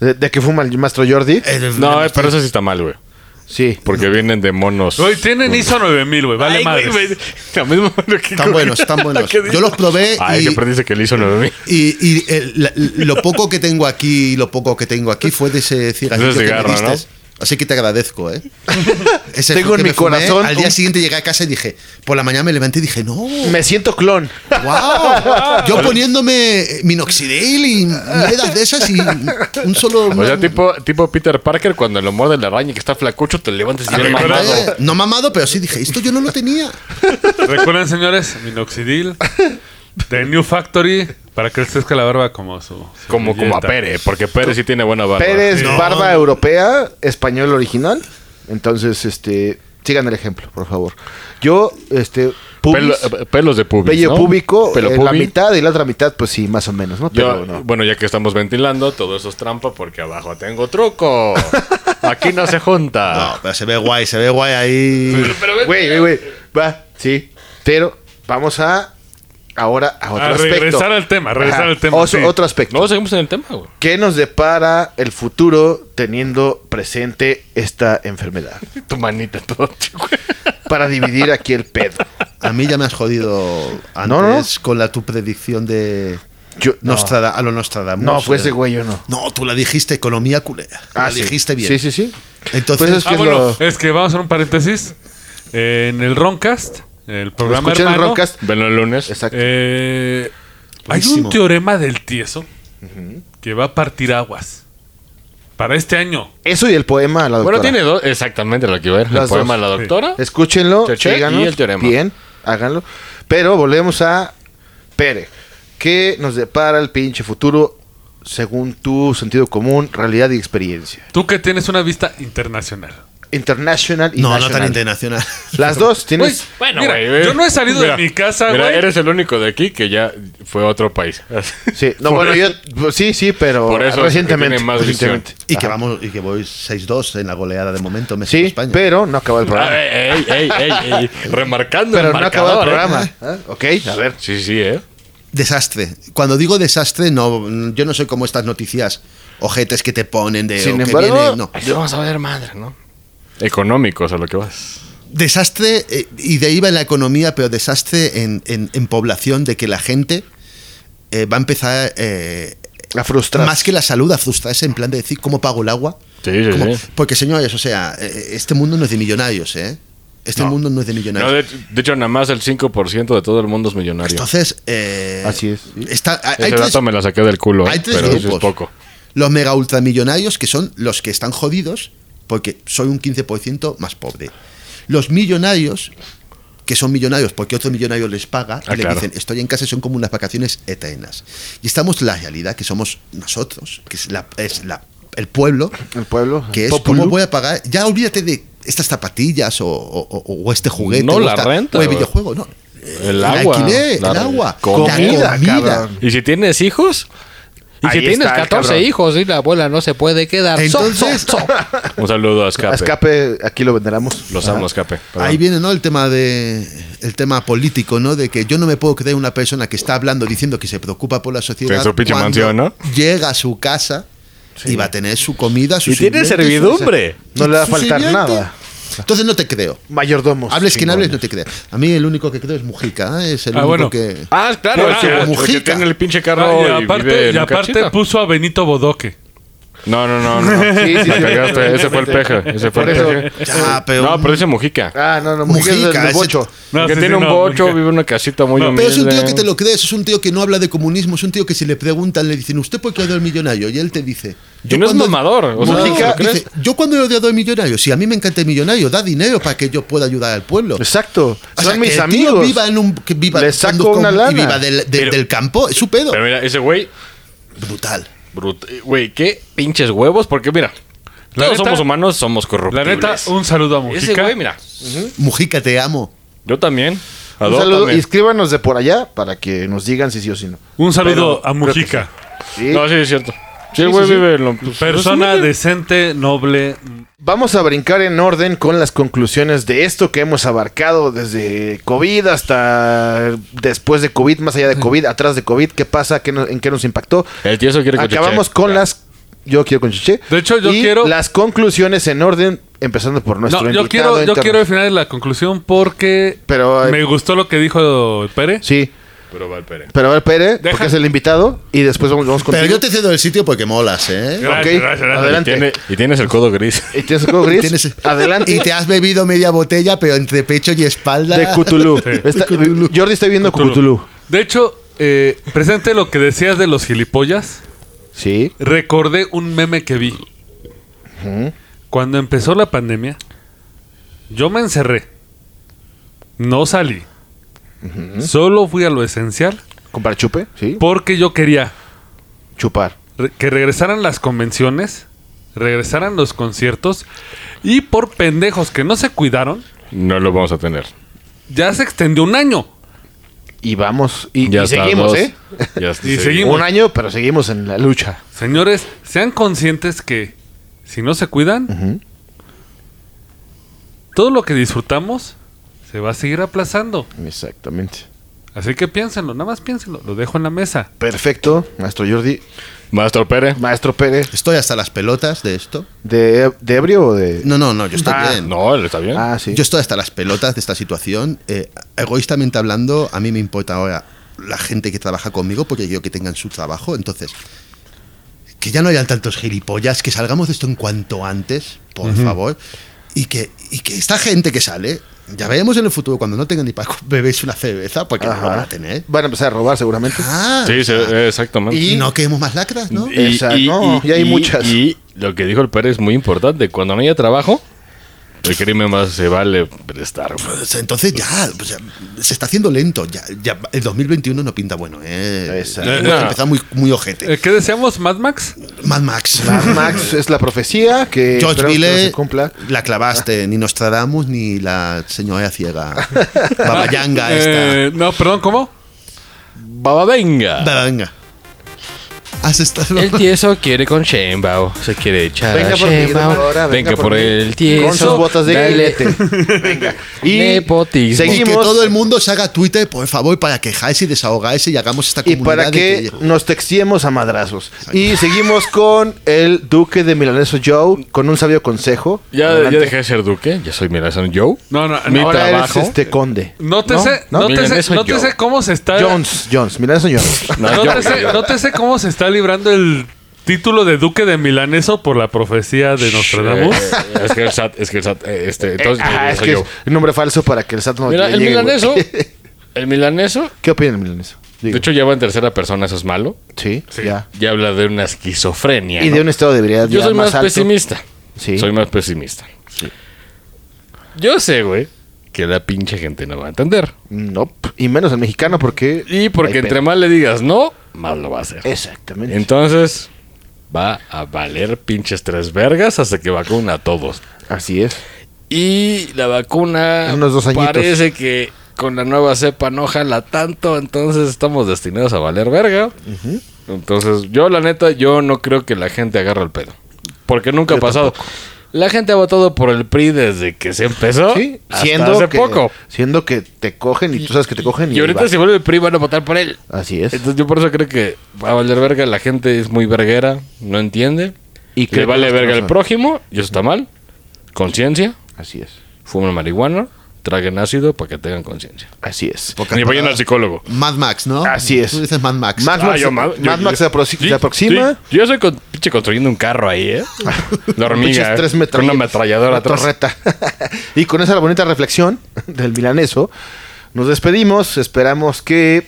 S3: ¿De, de que fuma el maestro Jordi?
S6: el-
S5: No, eh, pero eso sí está mal, güey.
S3: Sí.
S5: Porque vienen de monos.
S4: Güey, tienen ISO 9000, güey, vale
S5: Ay, güey,
S4: madre.
S5: güey, la misma mano que-
S6: Están buenos, están buenos.
S5: ¿Qué dices?
S6: Yo los probé
S5: Ay,
S6: y,
S5: que aprendiste que le hizo 9000.
S6: y- y el- la- lo poco que tengo aquí y lo poco que tengo aquí fue de ese cigarrillo
S5: Ese
S6: que me
S5: cigarro,
S6: diste.
S5: ¿no?
S6: Así que te agradezco, ¿eh? Ese
S3: Tengo
S6: fue
S3: en
S6: que
S3: mi
S6: me fumé.
S3: corazón
S6: Al día
S3: un-
S6: siguiente llegué a casa y dije, por la mañana me levanté y dije, no,
S3: Me siento clon.
S6: wow. Yo poniéndome minoxidil y mierdas de esas y un solo...
S5: O
S3: Pues
S5: sea,
S6: una-
S5: tipo, tipo Peter Parker cuando lo muerde la araña que está flacucho, te levantas y
S6: Eh,
S5: bien mamado.
S6: no mamado, pero sí dije, esto yo no lo tenía.
S4: Recuerden, señores, minoxidil de New Factory para que les crezca la barba como su. su
S5: Como, como a
S4: billeta.
S5: Pérez, porque Pérez sí tiene buena barba.
S3: Pérez,
S4: No.
S3: barba europea, español original. Entonces, este, sigan el ejemplo, por favor. Yo, este,
S5: Pelo-
S3: pubis,
S5: eh, pelos de pubis.
S3: vello
S5: ¿no?
S3: público, eh,
S6: eh,
S5: Pelo
S3: la
S5: pubi.
S3: mitad y la otra mitad, pues sí, más o menos, ¿no?
S5: Yo-
S3: Pero no.
S5: Bueno, ya que estamos ventilando, todo eso es trampa porque abajo tengo truco. Aquí no se
S3: Ah.
S5: junta.
S6: No, pero se ve guay, se ve guay ahí.
S3: Güey, güey, güey. Va, sí. Pero vamos a ahora a otro
S4: A
S3: aspecto.
S4: regresar al tema, regresar
S3: Ajá.
S4: al tema,
S3: Oso-
S4: sí.
S3: Otro aspecto.
S5: No, seguimos en el tema, güey.
S3: ¿Qué nos depara el futuro teniendo presente esta enfermedad?
S5: Tu manita todo, güey.
S3: Para dividir aquí el pedo.
S6: A mí ya me has jodido antes
S3: No, no.
S6: con la tu predicción de
S3: Yo- no,
S6: Nostrada- a lo Nostradamus.
S3: no, fue ese güey, yo no. Ah,
S6: No, tú la dijiste economía culera. la
S3: sí.
S6: dijiste bien.
S3: Sí, sí, sí.
S6: Entonces,
S3: Pues es
S4: Ah,
S3: que
S4: bueno,
S3: lo-
S4: es que vamos a hacer un paréntesis. Eh, en el Roncast, el programa
S3: Escuchen el
S4: hermano,
S3: Roncast.
S5: Ven el lunes.
S3: Exacto.
S4: eh, hay un
S6: Buenísimo.
S4: teorema del tieso que va a partir aguas para este año.
S3: Eso y el poema a la doctora.
S5: Bueno, tiene dos. Exactamente lo que iba a ver. El
S3: Las
S5: poema de la
S4: dos.
S5: doctora.
S3: Escúchenlo,
S5: Cheche
S3: síganos,
S5: y el teorema.
S3: Bien, háganlo. Pero volvemos a Pere. ¿Qué nos depara el pinche futuro según tu sentido común, realidad y experiencia?
S4: Tú que tienes una vista internacional.
S3: International y
S6: no, no
S3: national.
S6: tan internacional.
S3: Las
S5: Pues,
S3: dos tienes.
S4: Güey, mira, yo no he salido de mi casa,
S5: Mira,
S4: güey. Ah,
S5: eres el único de aquí que ya fue a otro país.
S3: sí, no,
S5: Por
S3: bueno,
S5: eso-
S3: yo pues, sí, sí, pero
S5: Por eso
S3: recientemente.
S5: tiene más
S3: recientemente.
S6: y que
S3: Ajá.
S6: vamos, y que voy 6-2 en la goleada de momento, México
S3: Sí,
S6: España.
S3: pero no acaba el
S5: Ah,
S3: programa.
S5: ey, ey, ey, ey, ey. Remarcando
S3: Pero
S5: el
S3: no acaba el
S5: marcador,
S3: programa.
S5: ¿eh?
S3: ¿eh? Ok, a ver.
S5: Sí, sí, ¿eh?
S6: Desastre. Cuando digo desastre, no, yo no soy como estas noticias ojetes que te ponen de
S3: Sin
S6: o que
S3: embargo,
S6: viene- no.
S5: Vamos a ver madre, ¿no? Económicos a lo que vas.
S6: desastre eh, y de ahí va en la economía, pero desastre en, en- en población de que la gente eh, va a empezar eh,
S3: La frustras.
S6: más que la salud a frustrarse en plan de decir cómo pago el agua.
S5: Sí, sí,
S6: ¿Cómo?
S5: sí.
S6: Porque señores, o sea, eh, este mundo no es de millonarios, ¿eh? Este mundo no es de millonarios.
S5: No, de, de hecho, nada más el 5% de todo el mundo es millonario.
S6: Entonces, eh,
S3: Así es.
S6: está- hay, hay
S5: Ese
S6: tres,
S5: dato me la saqué del culo, ¿eh?
S6: hay tres
S5: pero eso es
S6: grupos.
S5: poco.
S6: Los mega ultramillonarios, que son los que están jodidos, porque soy un 15% más pobre. Los millonarios, que son millonarios porque otro millonario les paga,
S5: Ah,
S6: y le
S5: claro.
S6: dicen, estoy en casa, y son como unas vacaciones eternas. Y estamos la realidad que somos nosotros, que es, la, es la- el pueblo,
S3: El pueblo.
S6: que es
S3: Populú.
S6: cómo voy a pagar. Ya olvídate de estas zapatillas o, o- o- o este juguete.
S5: No,
S6: o
S5: la
S6: esta-
S5: renta,
S6: O el
S5: güey.
S6: videojuego, no.
S5: El agua,
S6: alquiler,
S5: la
S6: el agua.
S5: comida,
S6: la comida.
S3: cabrón.
S5: ¿Y si tienes hijos? Y
S3: Ahí
S5: si tienes
S3: está el
S5: 14
S3: cabrón.
S5: hijos y la abuela no se puede quedar. So, so,
S6: Entonces,
S5: so. Un saludo a
S3: A
S5: Escape.
S3: escape, aquí lo venderemos.
S5: Los amo, Escape. Perdón.
S6: Ahí viene, ¿no? El tema de el tema político, ¿no? De que yo no me puedo creer una persona que está hablando diciendo que se preocupa por la sociedad.
S5: En su pinche
S6: cuando
S5: mansión, ¿no?
S6: Llega a su casa y va a tener su comida, su
S5: Y tiene servidumbre.
S3: No le va a
S6: Su
S3: faltar
S6: sirviente.
S3: nada.
S6: Entonces no te creo.
S3: Mayordomos.
S6: Hables quien hables, no
S3: chingones.
S6: te creo. A mí el único que creo es Mujica. ¿eh? Es el
S4: Ah,
S6: único
S4: bueno.
S6: que.
S5: Ah, claro,
S4: Por
S5: es que-
S4: su
S5: porque
S6: mujica.
S5: tiene el pinche carro
S4: Ah, y
S5: y, vive
S4: aparte,
S5: en
S4: y aparte
S5: Cachita.
S4: puso a Benito Bodoque.
S5: No, no, no, no.
S3: Sí, sí,
S5: La
S3: sí,
S5: cagaste, ese fue el
S3: totalmente.
S5: peje, ese fue
S3: Por
S5: el
S3: eso- eh,
S5: peje.
S6: Ya, pero.
S5: No, pero dice Mujica.
S3: Ah, no, no, Mujica,
S6: Mujica,
S3: es del
S6: ese-
S3: bocho.
S4: No,
S5: que
S4: Ah, sí,
S5: tiene
S4: sí,
S5: un
S4: no,
S5: bocho,
S4: nunca.
S5: vive en una casita muy humilde.
S6: Pero es un tío que te lo crees, es un tío que no habla de comunismo, es un tío que si le preguntan le dicen, ¿usted por qué odia al millonario? Y él te dice.
S5: Y no es
S6: cuando-
S5: mamador, o sea,
S3: ¿te lo
S6: Mujica
S5: crees?
S6: dice, yo cuando he odiado al millonario, si a mí me encanta el millonario, da dinero para que yo pueda ayudar al pueblo.
S3: Exacto.
S6: O
S3: Son
S6: sea,
S3: mis
S6: que el tío
S3: amigos.
S6: viva en un, que viva
S3: Le saco
S6: estando
S3: una
S6: y
S3: lana.
S6: viva del, de-
S5: Pero-
S6: del campo, es su pedo.
S5: Pero mira, ese güey,
S6: Brutal.
S5: brut- güey, qué pinches huevos, porque mira,
S4: La
S5: todos
S4: neta-
S5: somos humanos, somos
S4: La
S5: corruptibles.
S4: neta, un saludo a
S5: Ese
S4: Mujica.
S5: güey, mira,
S6: Mujica, te amo.
S5: yo también.
S3: Un
S5: Adó
S3: saludo y
S5: también.
S3: escríbanos de por allá para que nos digan si sí o si no.
S4: Un saludo
S5: Pero
S4: a Mujica.
S3: Sí.
S5: No, sí, es cierto. Sí, el güey vive en lo... pues,
S4: Persona
S5: pues,
S4: decente, noble.
S3: Vamos a brincar en orden con las conclusiones de esto que hemos abarcado desde COVID hasta después de COVID, más allá de COVID, atrás de COVID, qué pasa, ¿Qué no- en qué nos impactó.
S5: El tío eso quiere cochichear.
S3: Acabamos con
S5: Ya.
S3: las... Yo quiero con Chiche.
S4: De hecho, yo
S3: Y
S4: quiero-
S3: Las conclusiones en orden, empezando por nuestro
S4: No, yo
S3: invitado
S4: quiero, yo
S3: interno.
S4: quiero al final de la conclusión porque
S3: Pero, eh,
S4: me gustó lo que dijo el Pérez.
S3: Sí,
S5: Pero Valpere.
S3: pero a ver, Pere,
S4: Deja-
S3: porque es el invitado, y después vamos, vamos
S6: Pero
S3: contigo.
S6: yo te cedo el sitio porque molas, ¿eh?
S3: Ok,
S4: Gracias, gracias, gracias.
S5: Y,
S3: adelante.
S5: tiene- y tienes el codo gris.
S3: Y tienes el codo gris.
S6: Tienes-
S3: Adelante.
S6: Y te has bebido media botella, pero entre pecho y espalda.
S3: De Cthulhu. Está- Jordi está viendo Cthulhu.
S4: De hecho, eh, presente lo que decías de los gilipollas.
S3: Sí.
S4: Recordé un meme que vi. Cuando empezó la pandemia, yo me encerré. No salí. Solo fui a lo esencial
S3: Comprar chupe. Sí.
S4: porque yo quería
S3: Chupar.
S4: re- que regresaran las convenciones, regresaran los conciertos y por pendejos que no se cuidaron,
S5: No lo vamos a tener.
S4: ya se extendió un año.
S3: Y vamos. Y,
S5: Ya
S3: y
S5: está,
S3: seguimos,
S5: dos.
S3: ¿eh?
S5: Ya está,
S4: Y
S5: sí.
S4: seguimos.
S3: Un año, pero seguimos en la lucha.
S4: Señores, sean conscientes que si no se cuidan, todo lo que disfrutamos se va a seguir aplazando.
S3: Exactamente.
S4: Así que piénsenlo, nada más piénsenlo. Lo dejo en la mesa.
S3: Perfecto, maestro Jordi.
S5: Maestro Pérez.
S3: Maestro Pérez,
S6: Estoy hasta las pelotas de esto.
S3: ¿de, de ebrio o de.?
S6: No, no, no, yo estoy
S3: Ah,
S6: bien.
S5: No, él está bien.
S3: Ah, sí.
S6: Yo estoy hasta las pelotas de esta situación. Eh, egoístamente hablando, a mí me importa ahora la gente que trabaja conmigo porque quiero que tengan su trabajo. Entonces, que ya no hayan tantos gilipollas, que salgamos de esto en cuanto antes, por favor. Y que, y que esta gente que sale, ya veremos en el futuro cuando no tengan ni para beberse una cerveza, porque no
S3: Ajá.
S6: lo van a tener.
S3: Van a empezar a robar seguramente.
S6: ¿eh? Ah,
S5: sí, se-
S6: o sea,
S5: eh, exactamente.
S6: y no queremos más lacras, ¿no?
S5: Y-
S3: Esa, no, ya hay muchas.
S5: Y lo que dijo el Pérez es muy importante. Cuando no haya trabajo, el crimen más se vale prestar. güey.
S6: Pues entonces ya, pues ya, se está haciendo lento. Ya, ya el 2021 no pinta bueno, ¿eh?
S3: Exacto.
S6: Hemos
S5: No.
S6: empezado muy, muy ojete.
S4: Eh, ¿Qué deseamos, Mad Max?
S6: Mad Max.
S3: Mad Max es la profecía que
S6: George
S3: esperamos que no
S6: Miller,
S3: se cumpla.
S6: la clavaste, ni Nostradamus ni la señora ciega. Babayanga esta.
S4: Eh, no, perdón, ¿cómo?
S5: Baba venga.
S6: Babayanga. Has estado.
S5: El tieso quiere con Shenbao. Se quiere
S6: Ah,
S5: echar
S3: Venga
S5: a
S3: por mí,
S5: Shenbao.
S3: doctora,
S5: venga, por,
S3: mí.
S5: el tieso.
S3: Con sus botas de
S5: dale.
S3: gallete. Venga.
S5: Nepotismo.
S6: Y que
S3: seguimos.
S6: todo el mundo se haga Twitter, por favor, para quejarse y desahogarse y hagamos esta
S3: Y
S6: comunidad.
S3: para
S6: de
S3: que nos textiemos a madrazos. Y seguimos con el duque de Milaneso Joe, con un sabio consejo.
S5: Ya, ya
S3: Adelante.
S5: dejé de ser duque. Ya soy Mira San Joe.
S4: No, no,
S5: Mi
S4: no.
S3: Ahora
S5: trabajo.
S3: eres este conde.
S4: Nótese,
S5: no,
S4: nótese-
S5: miren, eso
S4: nótese
S5: yo.
S4: cómo se está.
S3: Jones, Jones, Milaneso Jones.
S5: No,
S4: nótese,
S5: yo-
S4: nótese cómo se está librando el título de Duque de Milaneso por la profecía de Nostradamus.
S5: Eh, eh, es que el SAT, es que el SAT, eh, este, entonces yo-
S3: Ah,
S5: yo
S3: es
S5: soy
S3: que
S5: yo.
S3: es un nombre falso para que el SAT no
S5: Mira,
S3: le
S5: el
S3: llegue, güey.
S5: milaneso, el milaneso,
S3: ¿Qué opina el milaneso? Digo,
S5: de hecho ya va en tercera persona, eso es malo.
S3: sí, ya.
S5: Ya habla de una esquizofrenia.
S3: Y
S5: ¿no?
S3: de un estado de ebriedad
S5: Yo
S3: ya
S5: soy más,
S3: alto.
S5: pesimista.
S3: Sí.
S5: Soy más pesimista. Yo sé, güey, que la pinche gente no va a entender.
S3: Nope. Y menos el mexicano porque...
S5: Y porque
S3: Ay,
S5: entre
S3: pero-
S5: más le digas no, más lo va a hacer.
S3: Exactamente.
S5: Entonces, va a valer pinches tres vergas hasta que vacuna a todos.
S3: Así es.
S5: Y la vacuna
S3: En unos dos añitos.
S5: parece que con la nueva cepa no jala tanto, entonces estamos destinados a valer verga. Entonces, yo la neta, yo no creo que la gente agarre el pedo. Porque nunca ha pasado. La gente ha votado por el PRI desde que se empezó.
S3: Sí,
S5: hasta
S3: siendo
S5: hace
S3: que,
S5: poco.
S3: Siendo que te cogen y tú sabes que te cogen y...
S5: Y ahorita
S3: va.
S5: si vuelve el PRI van a votar por él.
S3: Así es.
S5: Entonces yo por eso creo que va a valer verga, la gente es muy verguera, no entiende.
S3: Y
S5: Le
S3: creo que
S5: vale
S3: los
S5: verga
S3: que no
S5: al
S3: son.
S5: prójimo y eso está mal. Conciencia,
S3: Así es.
S5: fumen marihuana, traguen ácido para que tengan conciencia.
S3: Así es.
S6: Pocas
S5: Ni vayan
S6: palabras.
S5: al psicólogo.
S6: Mad Max, ¿no?
S3: Así es.
S6: Tú dices Mad Max.
S3: Mad Max,
S5: Ah, yo ma-
S3: Mad
S5: yo-
S3: Max
S5: yo-
S3: se, apro- se
S5: Sí,
S3: aproxima.
S5: sí. Yo estoy con- pinche construyendo un carro ahí, ¿eh? La hormiga. eh,
S3: Pinches tres
S5: con
S3: metralletas,
S5: una ametralladora
S3: una
S5: atrás.
S3: torreta. y con esa bonita reflexión del milaneso, nos despedimos. Esperamos que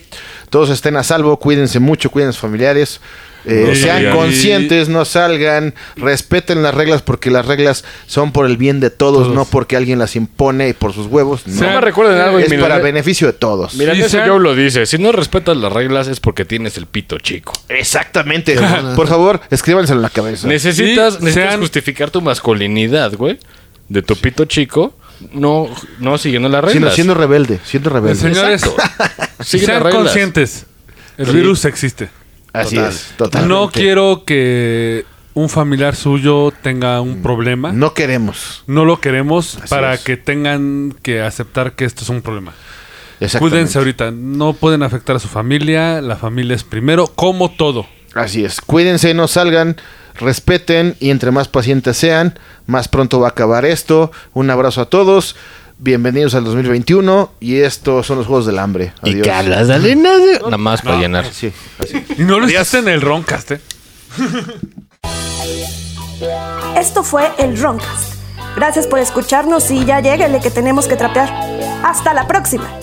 S3: todos estén a salvo. Cuídense mucho, cuiden a sus familiares. eh,
S5: No
S3: sean
S5: salgan.
S3: conscientes, no salgan, respeten las reglas porque las reglas son por el bien de todos, no porque alguien las impone y por sus huevos. No,
S5: No me recuerden algo.
S3: es
S5: y
S3: para
S5: mira,
S3: beneficio de todos.
S5: mira,
S4: Sí,
S5: eso
S4: sean-
S5: yo lo dice. Si no respetas las reglas es porque tienes el pito chico.
S3: Exactamente. por favor, escríbanselo en la cabeza.
S5: Necesitas,
S4: Sí,
S5: necesitas
S4: sean-
S5: justificar tu masculinidad, güey. De tu pito chico. No, no siguiendo las
S3: Sino
S5: reglas.
S3: siendo rebelde, siendo rebelde.
S4: Eh, Señores,
S5: Sigue
S4: sean
S5: las reglas.
S4: conscientes. El
S5: Sí.
S4: virus existe.
S3: Así
S6: Total.
S3: es, total.
S4: No quiero que un familiar suyo tenga un problema. No,
S3: No queremos.
S4: lo queremos
S3: Así
S4: para
S3: es.
S4: que tengan que aceptar que esto es un problema.
S3: Exactamente.
S4: Cuídense ahorita. No pueden afectar a su familia. La familia es primero, como todo.
S3: Así es. Cuídense, no salgan, respeten y entre más pacientes sean, más pronto va a acabar esto. Un abrazo a todos. Bienvenidos al 2021 y estos son los Juegos del Hambre. Adiós.
S5: de arena. Nada más para llenar.
S3: Sí.
S4: Y no lo hiciste en el Roncast, ¿eh?
S1: Esto fue el Roncast. Gracias por escucharnos y ya lléguele que tenemos que trapear. ¡Hasta la próxima!